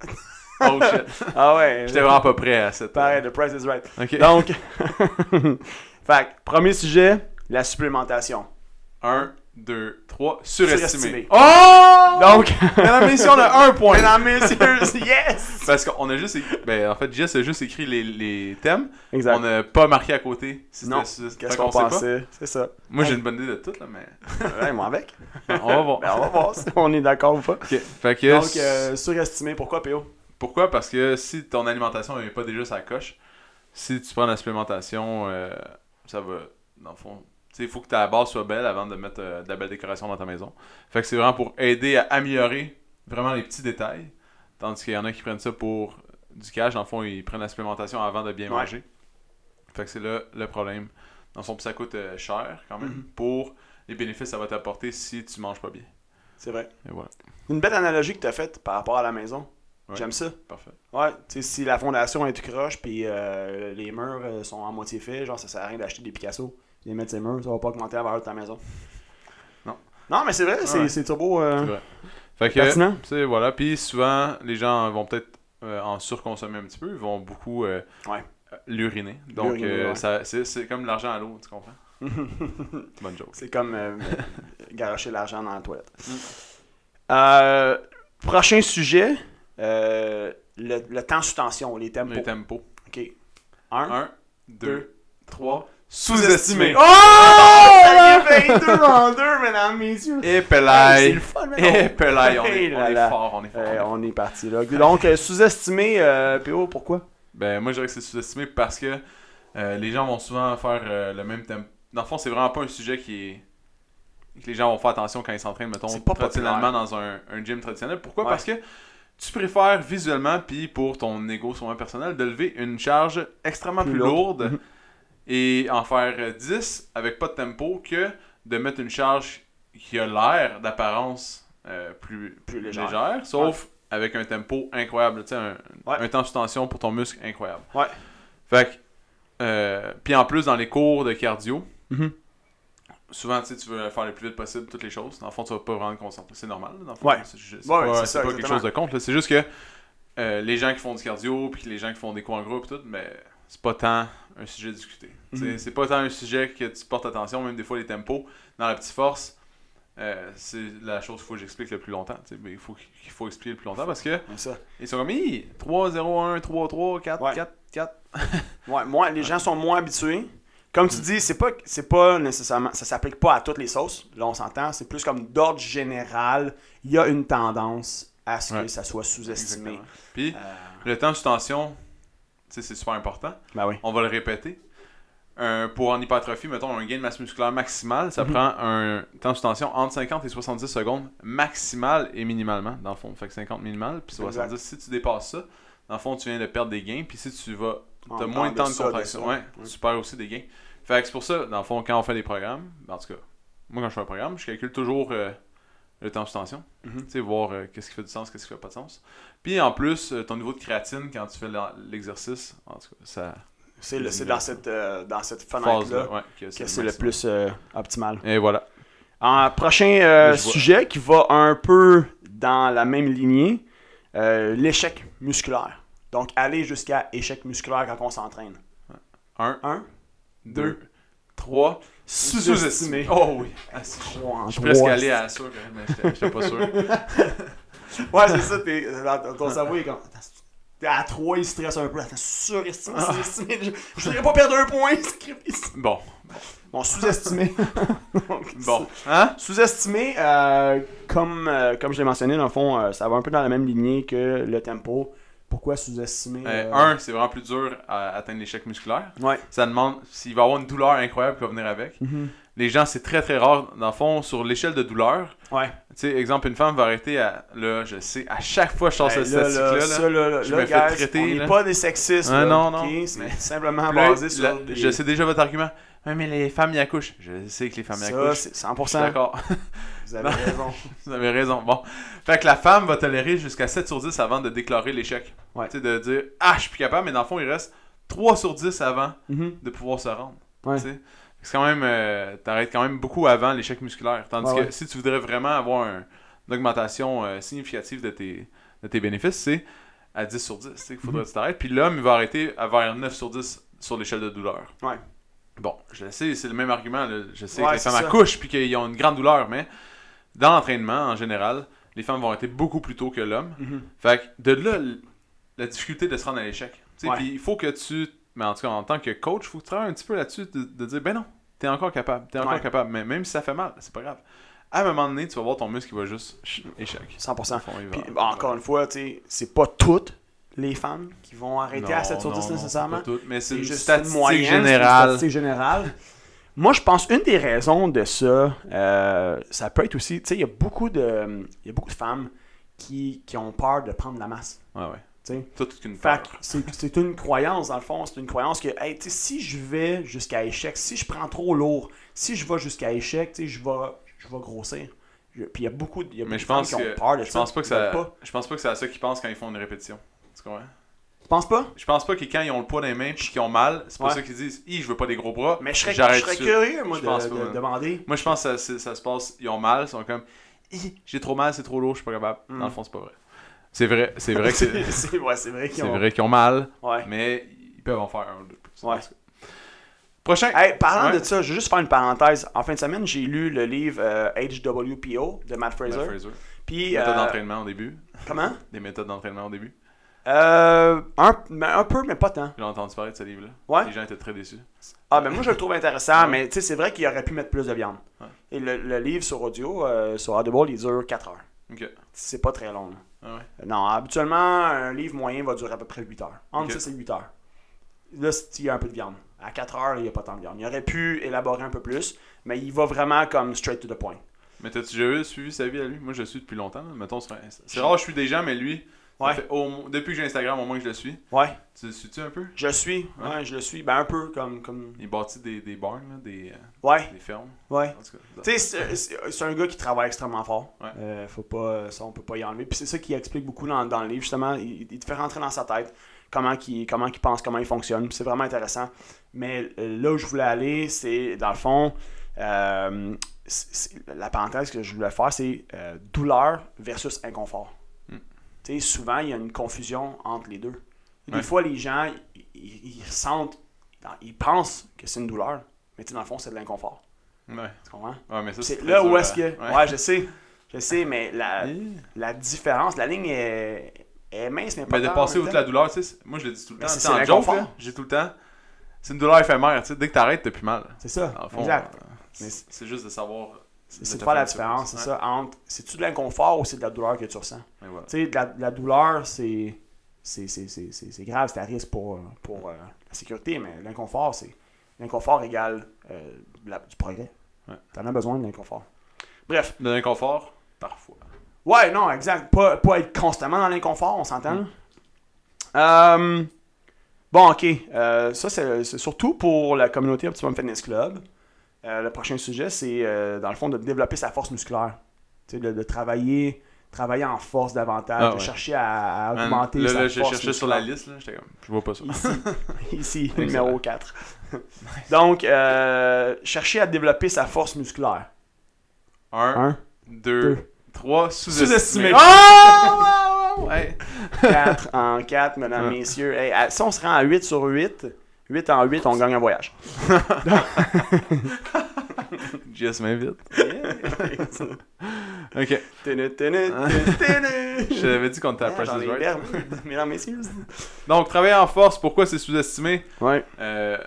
[SPEAKER 1] Oh shit.
[SPEAKER 2] Ah ouais.
[SPEAKER 1] J'étais vraiment pas prêt à cette. euh,
[SPEAKER 2] Pareil, the price is right.
[SPEAKER 1] Ok.
[SPEAKER 2] Donc, fait que, premier sujet, la supplémentation.
[SPEAKER 1] 1, 2, 3. Surestimé.
[SPEAKER 2] Surestimé.
[SPEAKER 1] Oh!
[SPEAKER 2] Donc,
[SPEAKER 1] Mesdames et messieurs, on a un point.
[SPEAKER 2] mesdames, messieurs, yes!
[SPEAKER 1] Parce qu'on a juste. écrit- Ben, en fait, Jess a juste écrit les, les thèmes.
[SPEAKER 2] Exact.
[SPEAKER 1] On n'a pas marqué à côté. si
[SPEAKER 2] Non,
[SPEAKER 1] c'était- si-
[SPEAKER 2] Qu'est-ce
[SPEAKER 1] fait qu'on
[SPEAKER 2] qu'on
[SPEAKER 1] sait pas.
[SPEAKER 2] pensait? C'est ça.
[SPEAKER 1] Moi, j'ai une bonne idée de tout, là, mais.
[SPEAKER 2] Ouais, moi avec.
[SPEAKER 1] On va voir.
[SPEAKER 2] Ben, on va voir si on est d'accord ou pas.
[SPEAKER 1] Ok. Fait que.
[SPEAKER 2] Donc, euh, surestimé, pourquoi, PO?
[SPEAKER 1] Pourquoi? Parce que si ton alimentation n'est pas déjà sa coche, si tu prends la supplémentation, euh, ça va, dans le fond. Il faut que ta base soit belle avant de mettre euh, de la belle décoration dans ta maison. Fait que c'est vraiment pour aider à améliorer vraiment les petits détails. Tandis qu'il y en a qui prennent ça pour du cash. Dans le fond, ils prennent la supplémentation avant de bien
[SPEAKER 2] Ouais.
[SPEAKER 1] manger. Fait que c'est là le problème. Dans le fond, puis ça coûte euh, cher quand
[SPEAKER 2] Mhm.
[SPEAKER 1] même. Pour les bénéfices que ça va t'apporter si tu manges pas bien.
[SPEAKER 2] C'est vrai.
[SPEAKER 1] Et voilà.
[SPEAKER 2] Une belle analogie que tu as faite par rapport à la maison.
[SPEAKER 1] Ouais.
[SPEAKER 2] J'aime ça.
[SPEAKER 1] Parfait.
[SPEAKER 2] Ouais, tu sais, si la fondation est tout croche, puis euh, les murs euh, sont à moitié faits, genre ça sert à rien d'acheter des Picasso, puis les mettre ces murs, ça va pas augmenter la valeur de ta maison.
[SPEAKER 1] Non.
[SPEAKER 2] Non, mais c'est vrai, c'est
[SPEAKER 1] Ouais.
[SPEAKER 2] c'est turbo.
[SPEAKER 1] C'est
[SPEAKER 2] euh,
[SPEAKER 1] vrai. Fait que,
[SPEAKER 2] Pertinent.
[SPEAKER 1] tu sais, voilà. Puis souvent, les gens vont peut-être euh, en surconsommer un petit peu. Ils vont beaucoup euh,
[SPEAKER 2] Ouais.
[SPEAKER 1] euh, l'uriner. Donc,
[SPEAKER 2] L'uriner,
[SPEAKER 1] euh,
[SPEAKER 2] ouais.
[SPEAKER 1] ça- c'est c'est comme l'argent à l'eau, tu comprends? Bonne joke.
[SPEAKER 2] C'est comme euh, garocher l'argent dans la toilette. Euh, prochain sujet, euh, le, le temps sous tension, les tempos.
[SPEAKER 1] Les tempos.
[SPEAKER 2] OK. Un,
[SPEAKER 1] 1, 2,
[SPEAKER 2] deux,
[SPEAKER 1] 3. Sous-estimé.
[SPEAKER 2] sous-estimé. Oh! Ça y est, 22 en deux, mesdames, messieurs.
[SPEAKER 1] Et
[SPEAKER 2] Hey, C'est
[SPEAKER 1] pelaille.
[SPEAKER 2] le fun, mais non.
[SPEAKER 1] Et pelaille. On
[SPEAKER 2] Hey
[SPEAKER 1] est, on
[SPEAKER 2] là
[SPEAKER 1] est
[SPEAKER 2] là.
[SPEAKER 1] fort, on est fort.
[SPEAKER 2] Euh, on est parti là. Donc, euh, sous-estimé, euh, PO, pourquoi?
[SPEAKER 1] Ben, moi, je dirais que c'est sous-estimé parce que euh, les gens vont souvent faire euh, le même tempo. Dans le fond, c'est vraiment pas un sujet qui est. que les gens vont faire attention quand ils s'entraînent, mettons,
[SPEAKER 2] C'est pas
[SPEAKER 1] traditionnellement dans un, un gym traditionnel. Pourquoi
[SPEAKER 2] Ouais.
[SPEAKER 1] Parce que tu préfères visuellement, puis pour ton ego, souvent personnel, de lever une charge extrêmement
[SPEAKER 2] Plus
[SPEAKER 1] plus,
[SPEAKER 2] lourde.
[SPEAKER 1] lourde et en faire euh, 10 avec pas de tempo que de mettre une charge qui a l'air d'apparence euh, plus,
[SPEAKER 2] Plus légère.
[SPEAKER 1] légère. sauf avec un tempo incroyable, tu sais, un,
[SPEAKER 2] Ouais.
[SPEAKER 1] un temps sous tension pour ton muscle incroyable.
[SPEAKER 2] Ouais.
[SPEAKER 1] Fait que, euh, puis en plus, dans les cours de cardio,
[SPEAKER 2] Mhm.
[SPEAKER 1] souvent, tu sais, tu veux faire le plus vite possible toutes les choses. Dans le fond, tu vas pas vraiment te concentrer. C'est normal, là, dans le fond.
[SPEAKER 2] Ouais.
[SPEAKER 1] C'est ju- c'est
[SPEAKER 2] Ouais, ouais,
[SPEAKER 1] pas,
[SPEAKER 2] c'est
[SPEAKER 1] c'est
[SPEAKER 2] ça,
[SPEAKER 1] pas quelque
[SPEAKER 2] exactement.
[SPEAKER 1] chose de contre. là. C'est juste que euh, les gens qui font du cardio, puis les gens qui font des cours en groupe, tout, mais c'est pas tant un sujet discuté.
[SPEAKER 2] Mhm.
[SPEAKER 1] C'est- C'est pas tant un sujet que tu portes attention, même des fois les tempos. Dans la petite force, euh, c'est la chose qu'il faut que j'explique le plus longtemps. tu sais, Mais il faut qu'il faut expliquer le plus longtemps parce que
[SPEAKER 2] Comme ça.
[SPEAKER 1] ils sont comme Hi, 3, 0, 1, 3, 3, 4,
[SPEAKER 2] Ouais.
[SPEAKER 1] 4, 4.
[SPEAKER 2] Ouais, moi, les gens sont moins habitués. Comme
[SPEAKER 1] Mm.
[SPEAKER 2] tu dis, c'est pas, c'est pas nécessairement, ça s'applique pas à toutes les sauces. Là, on s'entend. C'est plus comme d'ordre général, il y a une tendance à ce que
[SPEAKER 1] Ouais.
[SPEAKER 2] ça soit sous-estimé.
[SPEAKER 1] Exactement. Puis
[SPEAKER 2] Euh,
[SPEAKER 1] le temps sous tension, tu sais, c'est super important.
[SPEAKER 2] ben oui.
[SPEAKER 1] on va le répéter. Un- pour en hypertrophie, mettons un gain de masse musculaire maximale, ça prend un temps sous tension entre 50 et 70 secondes maximal et minimalement, dans le fond. Fait que 50 minimal, puis 70. Si tu dépasses ça, dans le fond, tu viens de perdre des gains, puis si tu vas,
[SPEAKER 2] En-
[SPEAKER 1] t'as moins
[SPEAKER 2] en
[SPEAKER 1] de temps de
[SPEAKER 2] deçà de
[SPEAKER 1] contraction.
[SPEAKER 2] ça.
[SPEAKER 1] Ouais,
[SPEAKER 2] Ouais.
[SPEAKER 1] tu perds aussi des gains. Fait que c'est pour ça, dans le fond, quand on fait des programmes, ben, en tout cas, moi quand je fais un programme, je calcule toujours euh, le temps sous tension.
[SPEAKER 2] Mhm.
[SPEAKER 1] Tu sais, voir euh, qu'est-ce qui fait du sens, qu'est-ce qui fait pas de sens. Puis en plus, euh, ton niveau de créatine quand tu fais l'en- l'exercice, en tout cas, ça
[SPEAKER 2] C'est le- c'est dans cette, euh, dans cette fenêtre-là
[SPEAKER 1] phase-là, ouais, que
[SPEAKER 2] que c'est le
[SPEAKER 1] maximum.
[SPEAKER 2] plus euh, optimal.
[SPEAKER 1] Et voilà.
[SPEAKER 2] Un prochain euh,
[SPEAKER 1] Je vois.
[SPEAKER 2] sujet qui va un peu dans la même lignée, euh, l'échec musculaire. Donc, aller jusqu'à échec musculaire quand on s'entraîne.
[SPEAKER 1] Un,
[SPEAKER 2] Un,
[SPEAKER 1] deux, trois.
[SPEAKER 2] sous-estimé.
[SPEAKER 1] Oh oui. Ah, si, je-
[SPEAKER 2] Trois en
[SPEAKER 1] je suis presque
[SPEAKER 2] trois.
[SPEAKER 1] allé à ça, quand même, mais j'étais j'étais pas sûr.
[SPEAKER 2] Ouais, c'est ça, t'es- ton- ton cerveau est comme. Attends, T'es à 3, il stresse un peu. Attends, surestimé, sous-estimé. Je, je voudrais pas perdre un point. script.
[SPEAKER 1] Bon,
[SPEAKER 2] Bon, sous-estimé. Donc,
[SPEAKER 1] bon. Hein?
[SPEAKER 2] Sous-estimé, euh, comme, euh, comme je l'ai mentionné, dans le fond, euh, ça va un peu dans la même lignée que le tempo. Pourquoi sous-estimer
[SPEAKER 1] Euh,
[SPEAKER 2] euh,
[SPEAKER 1] Un, c'est vraiment plus dur à atteindre l'échec musculaire.
[SPEAKER 2] Ouais.
[SPEAKER 1] Ça demande s'il va y avoir une douleur incroyable qui va venir avec. Les gens, c'est très très rare. Dans le fond, sur l'échelle de douleur,
[SPEAKER 2] Ouais.
[SPEAKER 1] tu sais, exemple, une femme va arrêter à. Là, je sais, à chaque fois que je sors
[SPEAKER 2] Hey,
[SPEAKER 1] cette
[SPEAKER 2] Euh, là, là,
[SPEAKER 1] statistique-là, là,
[SPEAKER 2] ça, là, là,
[SPEAKER 1] je
[SPEAKER 2] là,
[SPEAKER 1] me fais
[SPEAKER 2] guys,
[SPEAKER 1] traiter,
[SPEAKER 2] On n'est
[SPEAKER 1] là.
[SPEAKER 2] pas des sexistes.
[SPEAKER 1] Ah,
[SPEAKER 2] là,
[SPEAKER 1] non, non.
[SPEAKER 2] ok? C'est simplement
[SPEAKER 1] Puis là,
[SPEAKER 2] basé sur.
[SPEAKER 1] la-
[SPEAKER 2] des-
[SPEAKER 1] Je sais déjà votre argument. Ouais, mais les femmes y accouchent. Je sais que les femmes y
[SPEAKER 2] Ça,
[SPEAKER 1] accouchent.
[SPEAKER 2] c'est
[SPEAKER 1] Je suis
[SPEAKER 2] 100%.
[SPEAKER 1] D'accord,
[SPEAKER 2] Vous
[SPEAKER 1] Bah.
[SPEAKER 2] avez raison.
[SPEAKER 1] vous avez raison. Bon. Fait que la femme va tolérer jusqu'à 7 sur 10 avant de déclarer l'échec.
[SPEAKER 2] Ouais.
[SPEAKER 1] Tu sais, de dire Ah, je suis plus capable, mais dans le fond, il reste 3 sur 10 avant
[SPEAKER 2] Mhm.
[SPEAKER 1] de pouvoir se rendre.
[SPEAKER 2] Ouais.
[SPEAKER 1] Tu sais. C'est quand même. euh, T'arrêtes quand même beaucoup avant l'échec musculaire. Tandis
[SPEAKER 2] Ouais,
[SPEAKER 1] que
[SPEAKER 2] ouais.
[SPEAKER 1] si tu voudrais vraiment avoir un- une augmentation euh, significative de tes, de tes bénéfices, c'est à 10 sur 10. tu sais, qu'il
[SPEAKER 2] Mhm.
[SPEAKER 1] faudrait que tu t'arrêtes. Puis l'homme, il va arrêter à vers 9 sur 10 sur l'échelle de douleur.
[SPEAKER 2] Ouais.
[SPEAKER 1] Bon, je le sais, c'est le même argument. là. Je sais
[SPEAKER 2] Ouais,
[SPEAKER 1] que les
[SPEAKER 2] c'est
[SPEAKER 1] femmes
[SPEAKER 2] ça.
[SPEAKER 1] accouchent puis qu'ils ont une grande douleur, mais dans l'entraînement, en général, les femmes vont arrêter beaucoup plus tôt que l'homme.
[SPEAKER 2] Mhm.
[SPEAKER 1] Fait que de là, l- la difficulté de se rendre à l'échec. Tu sais,
[SPEAKER 2] Ouais.
[SPEAKER 1] Puis il faut que tu. Mais en tout cas, en tant que coach, il faut que tu travailles un petit peu là-dessus de, de dire ben non, t'es encore capable, t'es encore
[SPEAKER 2] Ouais.
[SPEAKER 1] capable. Mais même si ça fait mal, c'est pas grave. À un moment donné, tu vas voir ton muscle qui va juste ch- échec.
[SPEAKER 2] 100%.
[SPEAKER 1] Au fond, il va-
[SPEAKER 2] Puis, bon, encore une fois, tu sais, c'est pas toutes les femmes qui vont arrêter
[SPEAKER 1] Non,
[SPEAKER 2] à 7 sur
[SPEAKER 1] non,
[SPEAKER 2] 10
[SPEAKER 1] non,
[SPEAKER 2] nécessairement.
[SPEAKER 1] c'est pas tout, mais c'est
[SPEAKER 2] C'est
[SPEAKER 1] une
[SPEAKER 2] juste
[SPEAKER 1] statistique
[SPEAKER 2] une moyenne, c'est une
[SPEAKER 1] générale.
[SPEAKER 2] statistique générale. Moi, je pense une des raisons de ça, euh, ça peut être aussi, tu sais, il y a beaucoup de, il y a beaucoup de femmes qui, qui ont peur de prendre la masse.
[SPEAKER 1] Ouais, ouais.
[SPEAKER 2] Tu sais.
[SPEAKER 1] Tout qu'une
[SPEAKER 2] Fait que
[SPEAKER 1] peur.
[SPEAKER 2] c'est c'est une croyance, dans le fond. C'est une croyance que, hey, tu sais, si je vais jusqu'à échec, si je prends trop lourd, si je vais jusqu'à échec, tu sais, je vais, je vais grossir. Je- Puis il y a beaucoup de, il y a
[SPEAKER 1] Mais
[SPEAKER 2] beaucoup
[SPEAKER 1] je
[SPEAKER 2] de femmes
[SPEAKER 1] pense
[SPEAKER 2] qui ont
[SPEAKER 1] que.
[SPEAKER 2] peur de
[SPEAKER 1] Je pense pas que
[SPEAKER 2] ils veulent
[SPEAKER 1] ça. Je pense pas que c'est à ça qu'ils pensent quand ils font une répétition. Tu comprends?
[SPEAKER 2] Tu penses pas?
[SPEAKER 1] Je pense pas que quand ils ont le poids dans les mains puis qu'ils ont mal, c'est pas
[SPEAKER 2] Ouais.
[SPEAKER 1] ça qu'ils disent Hi, je veux pas des gros bras.
[SPEAKER 2] Mais je serais,
[SPEAKER 1] j'arrête
[SPEAKER 2] je serais
[SPEAKER 1] tout de suite.
[SPEAKER 2] curieux, moi,
[SPEAKER 1] Je
[SPEAKER 2] de,
[SPEAKER 1] pense
[SPEAKER 2] de
[SPEAKER 1] pas, hein.
[SPEAKER 2] demander.
[SPEAKER 1] Moi, je pense que ça, c'est- ça se passe. Ils ont mal, ils sont comme Hi, j'ai trop mal, c'est trop lourd, je suis pas capable.
[SPEAKER 2] Mm.
[SPEAKER 1] Dans le fond, c'est pas vrai. C'est vrai, c'est vrai que c'est
[SPEAKER 2] c'est ouais, c'est vrai qu'ils
[SPEAKER 1] c'est
[SPEAKER 2] ont-
[SPEAKER 1] vrai qu'ils ont mal,
[SPEAKER 2] Ouais.
[SPEAKER 1] mais ils peuvent en faire un ou deux de plus.
[SPEAKER 2] Ouais.
[SPEAKER 1] Prochain.
[SPEAKER 2] Hey, parlant
[SPEAKER 1] Ouais.
[SPEAKER 2] de ça, je vais juste faire une parenthèse. En fin de semaine, j'ai lu le livre euh, HWPO de Matt
[SPEAKER 1] Matt
[SPEAKER 2] Fraser.
[SPEAKER 1] Fraser.
[SPEAKER 2] Puis,
[SPEAKER 1] Méthode
[SPEAKER 2] euh,
[SPEAKER 1] d'entraînement au début.
[SPEAKER 2] comment
[SPEAKER 1] Des méthodes d'entraînement au début.
[SPEAKER 2] Euh, un, mais un peu, mais pas tant.
[SPEAKER 1] J'ai entendu parler de ce livre-là.
[SPEAKER 2] Ouais.
[SPEAKER 1] Les gens étaient très déçus.
[SPEAKER 2] Ah, ben moi, je le trouve intéressant,
[SPEAKER 1] Ouais.
[SPEAKER 2] mais tu sais, c'est vrai qu'il aurait pu mettre plus de viande.
[SPEAKER 1] Ouais.
[SPEAKER 2] Et le, le livre sur audio, euh, sur Audible, il dure 4 heures.
[SPEAKER 1] Ok.
[SPEAKER 2] C'est pas très long. là.
[SPEAKER 1] Ah ouais.
[SPEAKER 2] Non, habituellement, un livre moyen va durer à peu près 8 heures. Entre
[SPEAKER 1] Ok.
[SPEAKER 2] 6 et 8 heures. Là, c'est- il y a un peu de viande. À 4 heures, il n'y a pas tant de viande. Il aurait pu élaborer un peu plus, mais il va vraiment comme straight to the point.
[SPEAKER 1] Mais t'as-tu déjà suivi sa vie à lui Moi, je le suis depuis longtemps. là. Mettons, sur Insta. c'est rare, je suis des gens, mais lui, ça
[SPEAKER 2] Ouais.
[SPEAKER 1] fait au moins- depuis que j'ai Instagram, au moins que je le suis.
[SPEAKER 2] Ouais,
[SPEAKER 1] Tu le suis-tu un peu
[SPEAKER 2] je le suis. Ouais,
[SPEAKER 1] Ouais.
[SPEAKER 2] je le suis. Ben, un peu comme. comme...
[SPEAKER 1] Il bâtit des, des barns, là, des, euh,
[SPEAKER 2] Ouais,
[SPEAKER 1] des fermes.
[SPEAKER 2] ouais.
[SPEAKER 1] En tout cas,
[SPEAKER 2] Tu sais, c'est- c'est c'est un gars qui travaille extrêmement fort.
[SPEAKER 1] Ouais.
[SPEAKER 2] Euh, faut pas, ça, on peut pas y enlever. Puis c'est ça qui explique beaucoup dans, dans le livre, justement. Il, il te fait rentrer dans sa tête comment il, comment qu'il pense, comment il fonctionne. Puis c'est vraiment intéressant. Mais euh, là où je voulais aller, c'est, dans le fond, euh, c'est- c'est- la parenthèse que je voulais faire, c'est euh, douleur versus inconfort.
[SPEAKER 1] Mm.
[SPEAKER 2] Tu sais, souvent, il y a une confusion entre les deux. Des
[SPEAKER 1] Ouais.
[SPEAKER 2] fois, les gens, ils- ils ils ressentent, ils pensent que c'est une douleur, mais tu sais, dans le fond, c'est de l'inconfort.
[SPEAKER 1] Ouais.
[SPEAKER 2] Tu comprends?
[SPEAKER 1] Ouais, mais ça,
[SPEAKER 2] C'est
[SPEAKER 1] très
[SPEAKER 2] là
[SPEAKER 1] dur
[SPEAKER 2] où
[SPEAKER 1] à-
[SPEAKER 2] est-ce que. Ouais.
[SPEAKER 1] Ouais.
[SPEAKER 2] je sais. Je sais, mais la, la différence, la ligne est, est mince, mais pas
[SPEAKER 1] Mais de
[SPEAKER 2] tant
[SPEAKER 1] passer
[SPEAKER 2] en même
[SPEAKER 1] outre la douleur, tu sais, c'est- moi je le dis tout le
[SPEAKER 2] Mais
[SPEAKER 1] temps.
[SPEAKER 2] c'est-
[SPEAKER 1] tu sais,
[SPEAKER 2] c'est
[SPEAKER 1] en joke,
[SPEAKER 2] l'inconfort.
[SPEAKER 1] là, j'ai tout le temps. C'est une douleur éphémère, tu sais. Dès que t'arrêtes, t'as plus mal.
[SPEAKER 2] temps. hein. C'est ça.
[SPEAKER 1] En fond,
[SPEAKER 2] exact.
[SPEAKER 1] euh,
[SPEAKER 2] Mais
[SPEAKER 1] c'est c'est juste de savoir.
[SPEAKER 2] C'est- C'est
[SPEAKER 1] de
[SPEAKER 2] de faire
[SPEAKER 1] faire une
[SPEAKER 2] la différence, c'est
[SPEAKER 1] différence,
[SPEAKER 2] ça, entre c'est-tu de l'inconfort ou c'est de la douleur que tu ressens.
[SPEAKER 1] Mais voilà.
[SPEAKER 2] Tu sais, de la, de la douleur, c'est. C'est c'est- c'est- c'est- c'est grave, c'est à risque pour, euh, pour euh, la sécurité, mais l'inconfort, c'est. L'inconfort égale euh, la- du progrès.
[SPEAKER 1] Ouais.
[SPEAKER 2] T'en as besoin de l'inconfort. Bref.
[SPEAKER 1] De l'inconfort, parfois.
[SPEAKER 2] Ouais, non, exact. Pas, pas être constamment dans l'inconfort, on s'entend. là? Euh, Bon, OK. Euh, ça, c'est c'est surtout pour la communauté Optimum Fitness Club. Euh, le prochain sujet, c'est, euh, dans le fond, de développer sa force musculaire. Tu sais, de, de travailler, travailler en force davantage,
[SPEAKER 1] Ah
[SPEAKER 2] de
[SPEAKER 1] ouais.
[SPEAKER 2] chercher à, à
[SPEAKER 1] Man,
[SPEAKER 2] augmenter
[SPEAKER 1] là,
[SPEAKER 2] sa
[SPEAKER 1] là,
[SPEAKER 2] force
[SPEAKER 1] j'ai cherché sur la
[SPEAKER 2] musculaire.
[SPEAKER 1] liste, là, j'étais comme, je vois pas ça.
[SPEAKER 2] ici,
[SPEAKER 1] Excellent.
[SPEAKER 2] numéro 4. Donc, euh, chercher à développer sa force musculaire. Hein?
[SPEAKER 1] Un,
[SPEAKER 2] Un,
[SPEAKER 1] deux,
[SPEAKER 2] deux,
[SPEAKER 1] trois,
[SPEAKER 2] Sous-estimé.
[SPEAKER 1] sous-estimé. Ah! Ouais, ouais, ouais.
[SPEAKER 2] 4 en 4, mesdames,
[SPEAKER 1] Ouais.
[SPEAKER 2] messieurs. Hey, à- si on se rend à 8 sur 8, 8 en 8, on gagne un voyage.
[SPEAKER 1] JS m'invite.
[SPEAKER 2] Tenu,
[SPEAKER 1] Ok.
[SPEAKER 2] tenu, tenu.
[SPEAKER 1] Je t'avais dit qu'on était à
[SPEAKER 2] Ah,
[SPEAKER 1] Price
[SPEAKER 2] dans
[SPEAKER 1] is
[SPEAKER 2] les
[SPEAKER 1] Right.
[SPEAKER 2] verbes, mesdames, messieurs.
[SPEAKER 1] Donc, travailler en force, pourquoi c'est sous-estimé
[SPEAKER 2] Ouais.
[SPEAKER 1] Euh,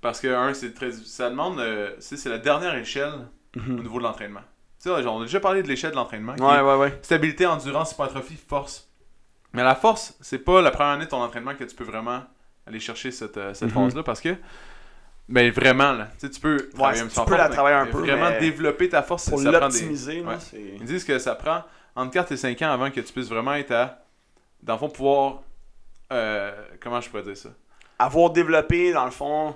[SPEAKER 1] Parce que, un, c'est très. Ça demande. euh, tu sais, c'est la dernière échelle au
[SPEAKER 2] Mhm.
[SPEAKER 1] niveau de l'entraînement. Tu sais, genre, on a déjà parlé de l'échelle de l'entraînement. qui
[SPEAKER 2] Ouais,
[SPEAKER 1] est
[SPEAKER 2] ouais, ouais.
[SPEAKER 1] Stabilité, endurance, hypertrophie, force. Mais la force, c'est pas la première année de ton entraînement que tu peux vraiment aller chercher cette, euh, cette
[SPEAKER 2] Mhm.
[SPEAKER 1] phase-là parce que. Ben vraiment, là. Tu sais, tu peux travailler un
[SPEAKER 2] tu
[SPEAKER 1] petit peu
[SPEAKER 2] peux la
[SPEAKER 1] mais-
[SPEAKER 2] travailler un
[SPEAKER 1] mais
[SPEAKER 2] peu,
[SPEAKER 1] Vraiment
[SPEAKER 2] mais
[SPEAKER 1] développer ta force,
[SPEAKER 2] Pour
[SPEAKER 1] ça prend des.
[SPEAKER 2] l'optimiser, là,
[SPEAKER 1] ouais.
[SPEAKER 2] c'est-
[SPEAKER 1] Ils disent que ça prend entre 4 et 5 ans avant que tu puisses vraiment être à. Dans le fond, pouvoir. euh, comment je pourrais dire ça
[SPEAKER 2] avoir développé, dans le fond,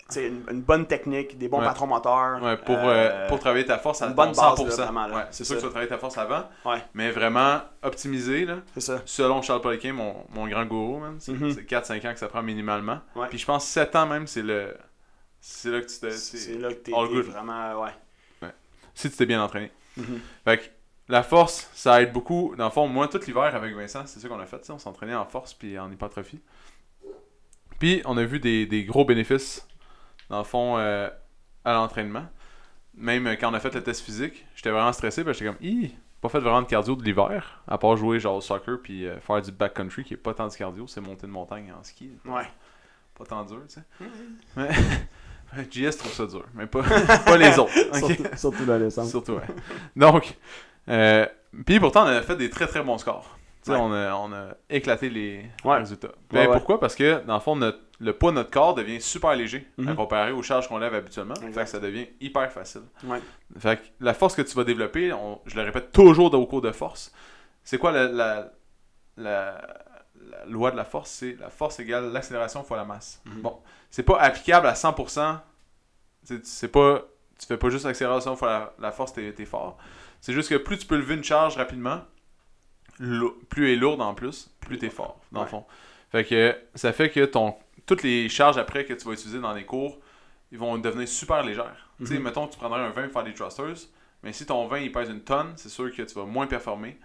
[SPEAKER 2] tu sais, une, une bonne technique, des bons
[SPEAKER 1] Ouais.
[SPEAKER 2] patrons moteurs.
[SPEAKER 1] Ouais, pour,
[SPEAKER 2] euh,
[SPEAKER 1] euh, pour travailler ta force à
[SPEAKER 2] une
[SPEAKER 1] ton
[SPEAKER 2] bonne base,
[SPEAKER 1] 100%.
[SPEAKER 2] là, vraiment, là.
[SPEAKER 1] Ouais, c'est
[SPEAKER 2] C'est
[SPEAKER 1] sûr que tu
[SPEAKER 2] ça.
[SPEAKER 1] vas travailler ta force avant,
[SPEAKER 2] Ouais.
[SPEAKER 1] mais vraiment optimiser, là,
[SPEAKER 2] C'est ça.
[SPEAKER 1] selon Charles Poliquin, mon, mon grand gourou, man, c'est
[SPEAKER 2] Mhm.
[SPEAKER 1] c'est 4-5 ans que ça prend minimalement.
[SPEAKER 2] Ouais.
[SPEAKER 1] Puis je pense 7 ans même, c'est le... C'est là que tu te...
[SPEAKER 2] C'est c'est
[SPEAKER 1] c'est-
[SPEAKER 2] là que t'es
[SPEAKER 1] all
[SPEAKER 2] t'es
[SPEAKER 1] good.
[SPEAKER 2] vraiment. Ouais.
[SPEAKER 1] Si tu t'es bien entraîné.
[SPEAKER 2] Mhm.
[SPEAKER 1] Fait que la force, ça aide beaucoup. Dans le fond, moi, tout l'hiver avec Vincent, c'est ça qu'on a fait. tu sais, On s'entraînait en force puis en hypertrophie. Puis on a vu des, des gros bénéfices, dans le fond, euh, à l'entraînement. Même euh, quand on a fait le test physique, j'étais vraiment stressé parce que j'étais comme, hi, pas fait vraiment de cardio de l'hiver, à part jouer genre au soccer puis euh, faire du backcountry qui est pas tant de cardio, c'est monter de montagne en ski.
[SPEAKER 2] Ouais.
[SPEAKER 1] Pas tant dur, tu sais. Mais JS trouve ça dur, mais pas, pas les autres. ok?
[SPEAKER 2] dans les sens.
[SPEAKER 1] Surtout, ouais. Donc, euh, puis pourtant, on a fait des très très bons scores. Tu sais,
[SPEAKER 2] Ouais.
[SPEAKER 1] On, a, on a éclaté les
[SPEAKER 2] Ouais.
[SPEAKER 1] résultats. Ben,
[SPEAKER 2] ouais.
[SPEAKER 1] Pourquoi Parce que, dans le fond, notre- le poids de notre corps devient super léger à
[SPEAKER 2] Mhm.
[SPEAKER 1] comparer aux charges qu'on lève habituellement.
[SPEAKER 2] Exact.
[SPEAKER 1] Fait que ça devient hyper facile.
[SPEAKER 2] Ouais.
[SPEAKER 1] Fait que la force que tu vas développer, on- je le répète toujours au cours de force, c'est quoi la, la- la- la loi de la force C'est la force égale l'accélération fois la masse.
[SPEAKER 2] Mhm.
[SPEAKER 1] Bon, c'est pas applicable à 100%. C'est- C'est pas, tu fais pas juste accélération fois la, la force, t'es t'es fort. C'est juste que plus tu peux lever une charge rapidement, lou- plus elle est lourde en plus, plus t'es fort, dans le
[SPEAKER 2] Ouais.
[SPEAKER 1] fond. Fait que ça fait que ton toutes les charges après que tu vas utiliser dans les cours, ils vont devenir super légères. Tu sais,
[SPEAKER 2] Mhm.
[SPEAKER 1] mettons que tu prendrais un 20 pour faire des thrusters, mais si ton 20 il pèse une tonne, c'est sûr que tu vas moins performer.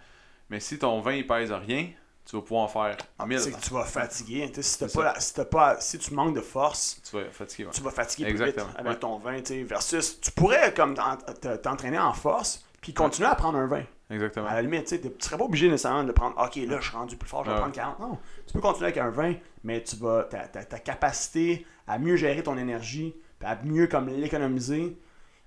[SPEAKER 1] Mais si ton 20 il pèse rien, tu vas pouvoir en faire 1000.
[SPEAKER 2] C'est que tu vas fatiguer. tu sais, Si, t'as
[SPEAKER 1] C'est
[SPEAKER 2] pas la- si, t'as pas, si tu manques de force,
[SPEAKER 1] Tu vas fatiguer. ouais.
[SPEAKER 2] tu vas fatiguer plus vite
[SPEAKER 1] Exactement,
[SPEAKER 2] avec
[SPEAKER 1] ouais.
[SPEAKER 2] ton vin. tu sais, Versus, tu pourrais comme t'en- te- t'entraîner en force puis continuer à prendre un vin.
[SPEAKER 1] Exactement.
[SPEAKER 2] À la limite, tu sais, t'es- tu serais pas obligé nécessairement de prendre OK, là, je suis rendu plus fort, je vais
[SPEAKER 1] Ouais.
[SPEAKER 2] prendre 40. Non, tu peux continuer avec un 20, mais tu vas ta, ta- ta capacité à mieux gérer ton énergie, puis à mieux comme l'économiser,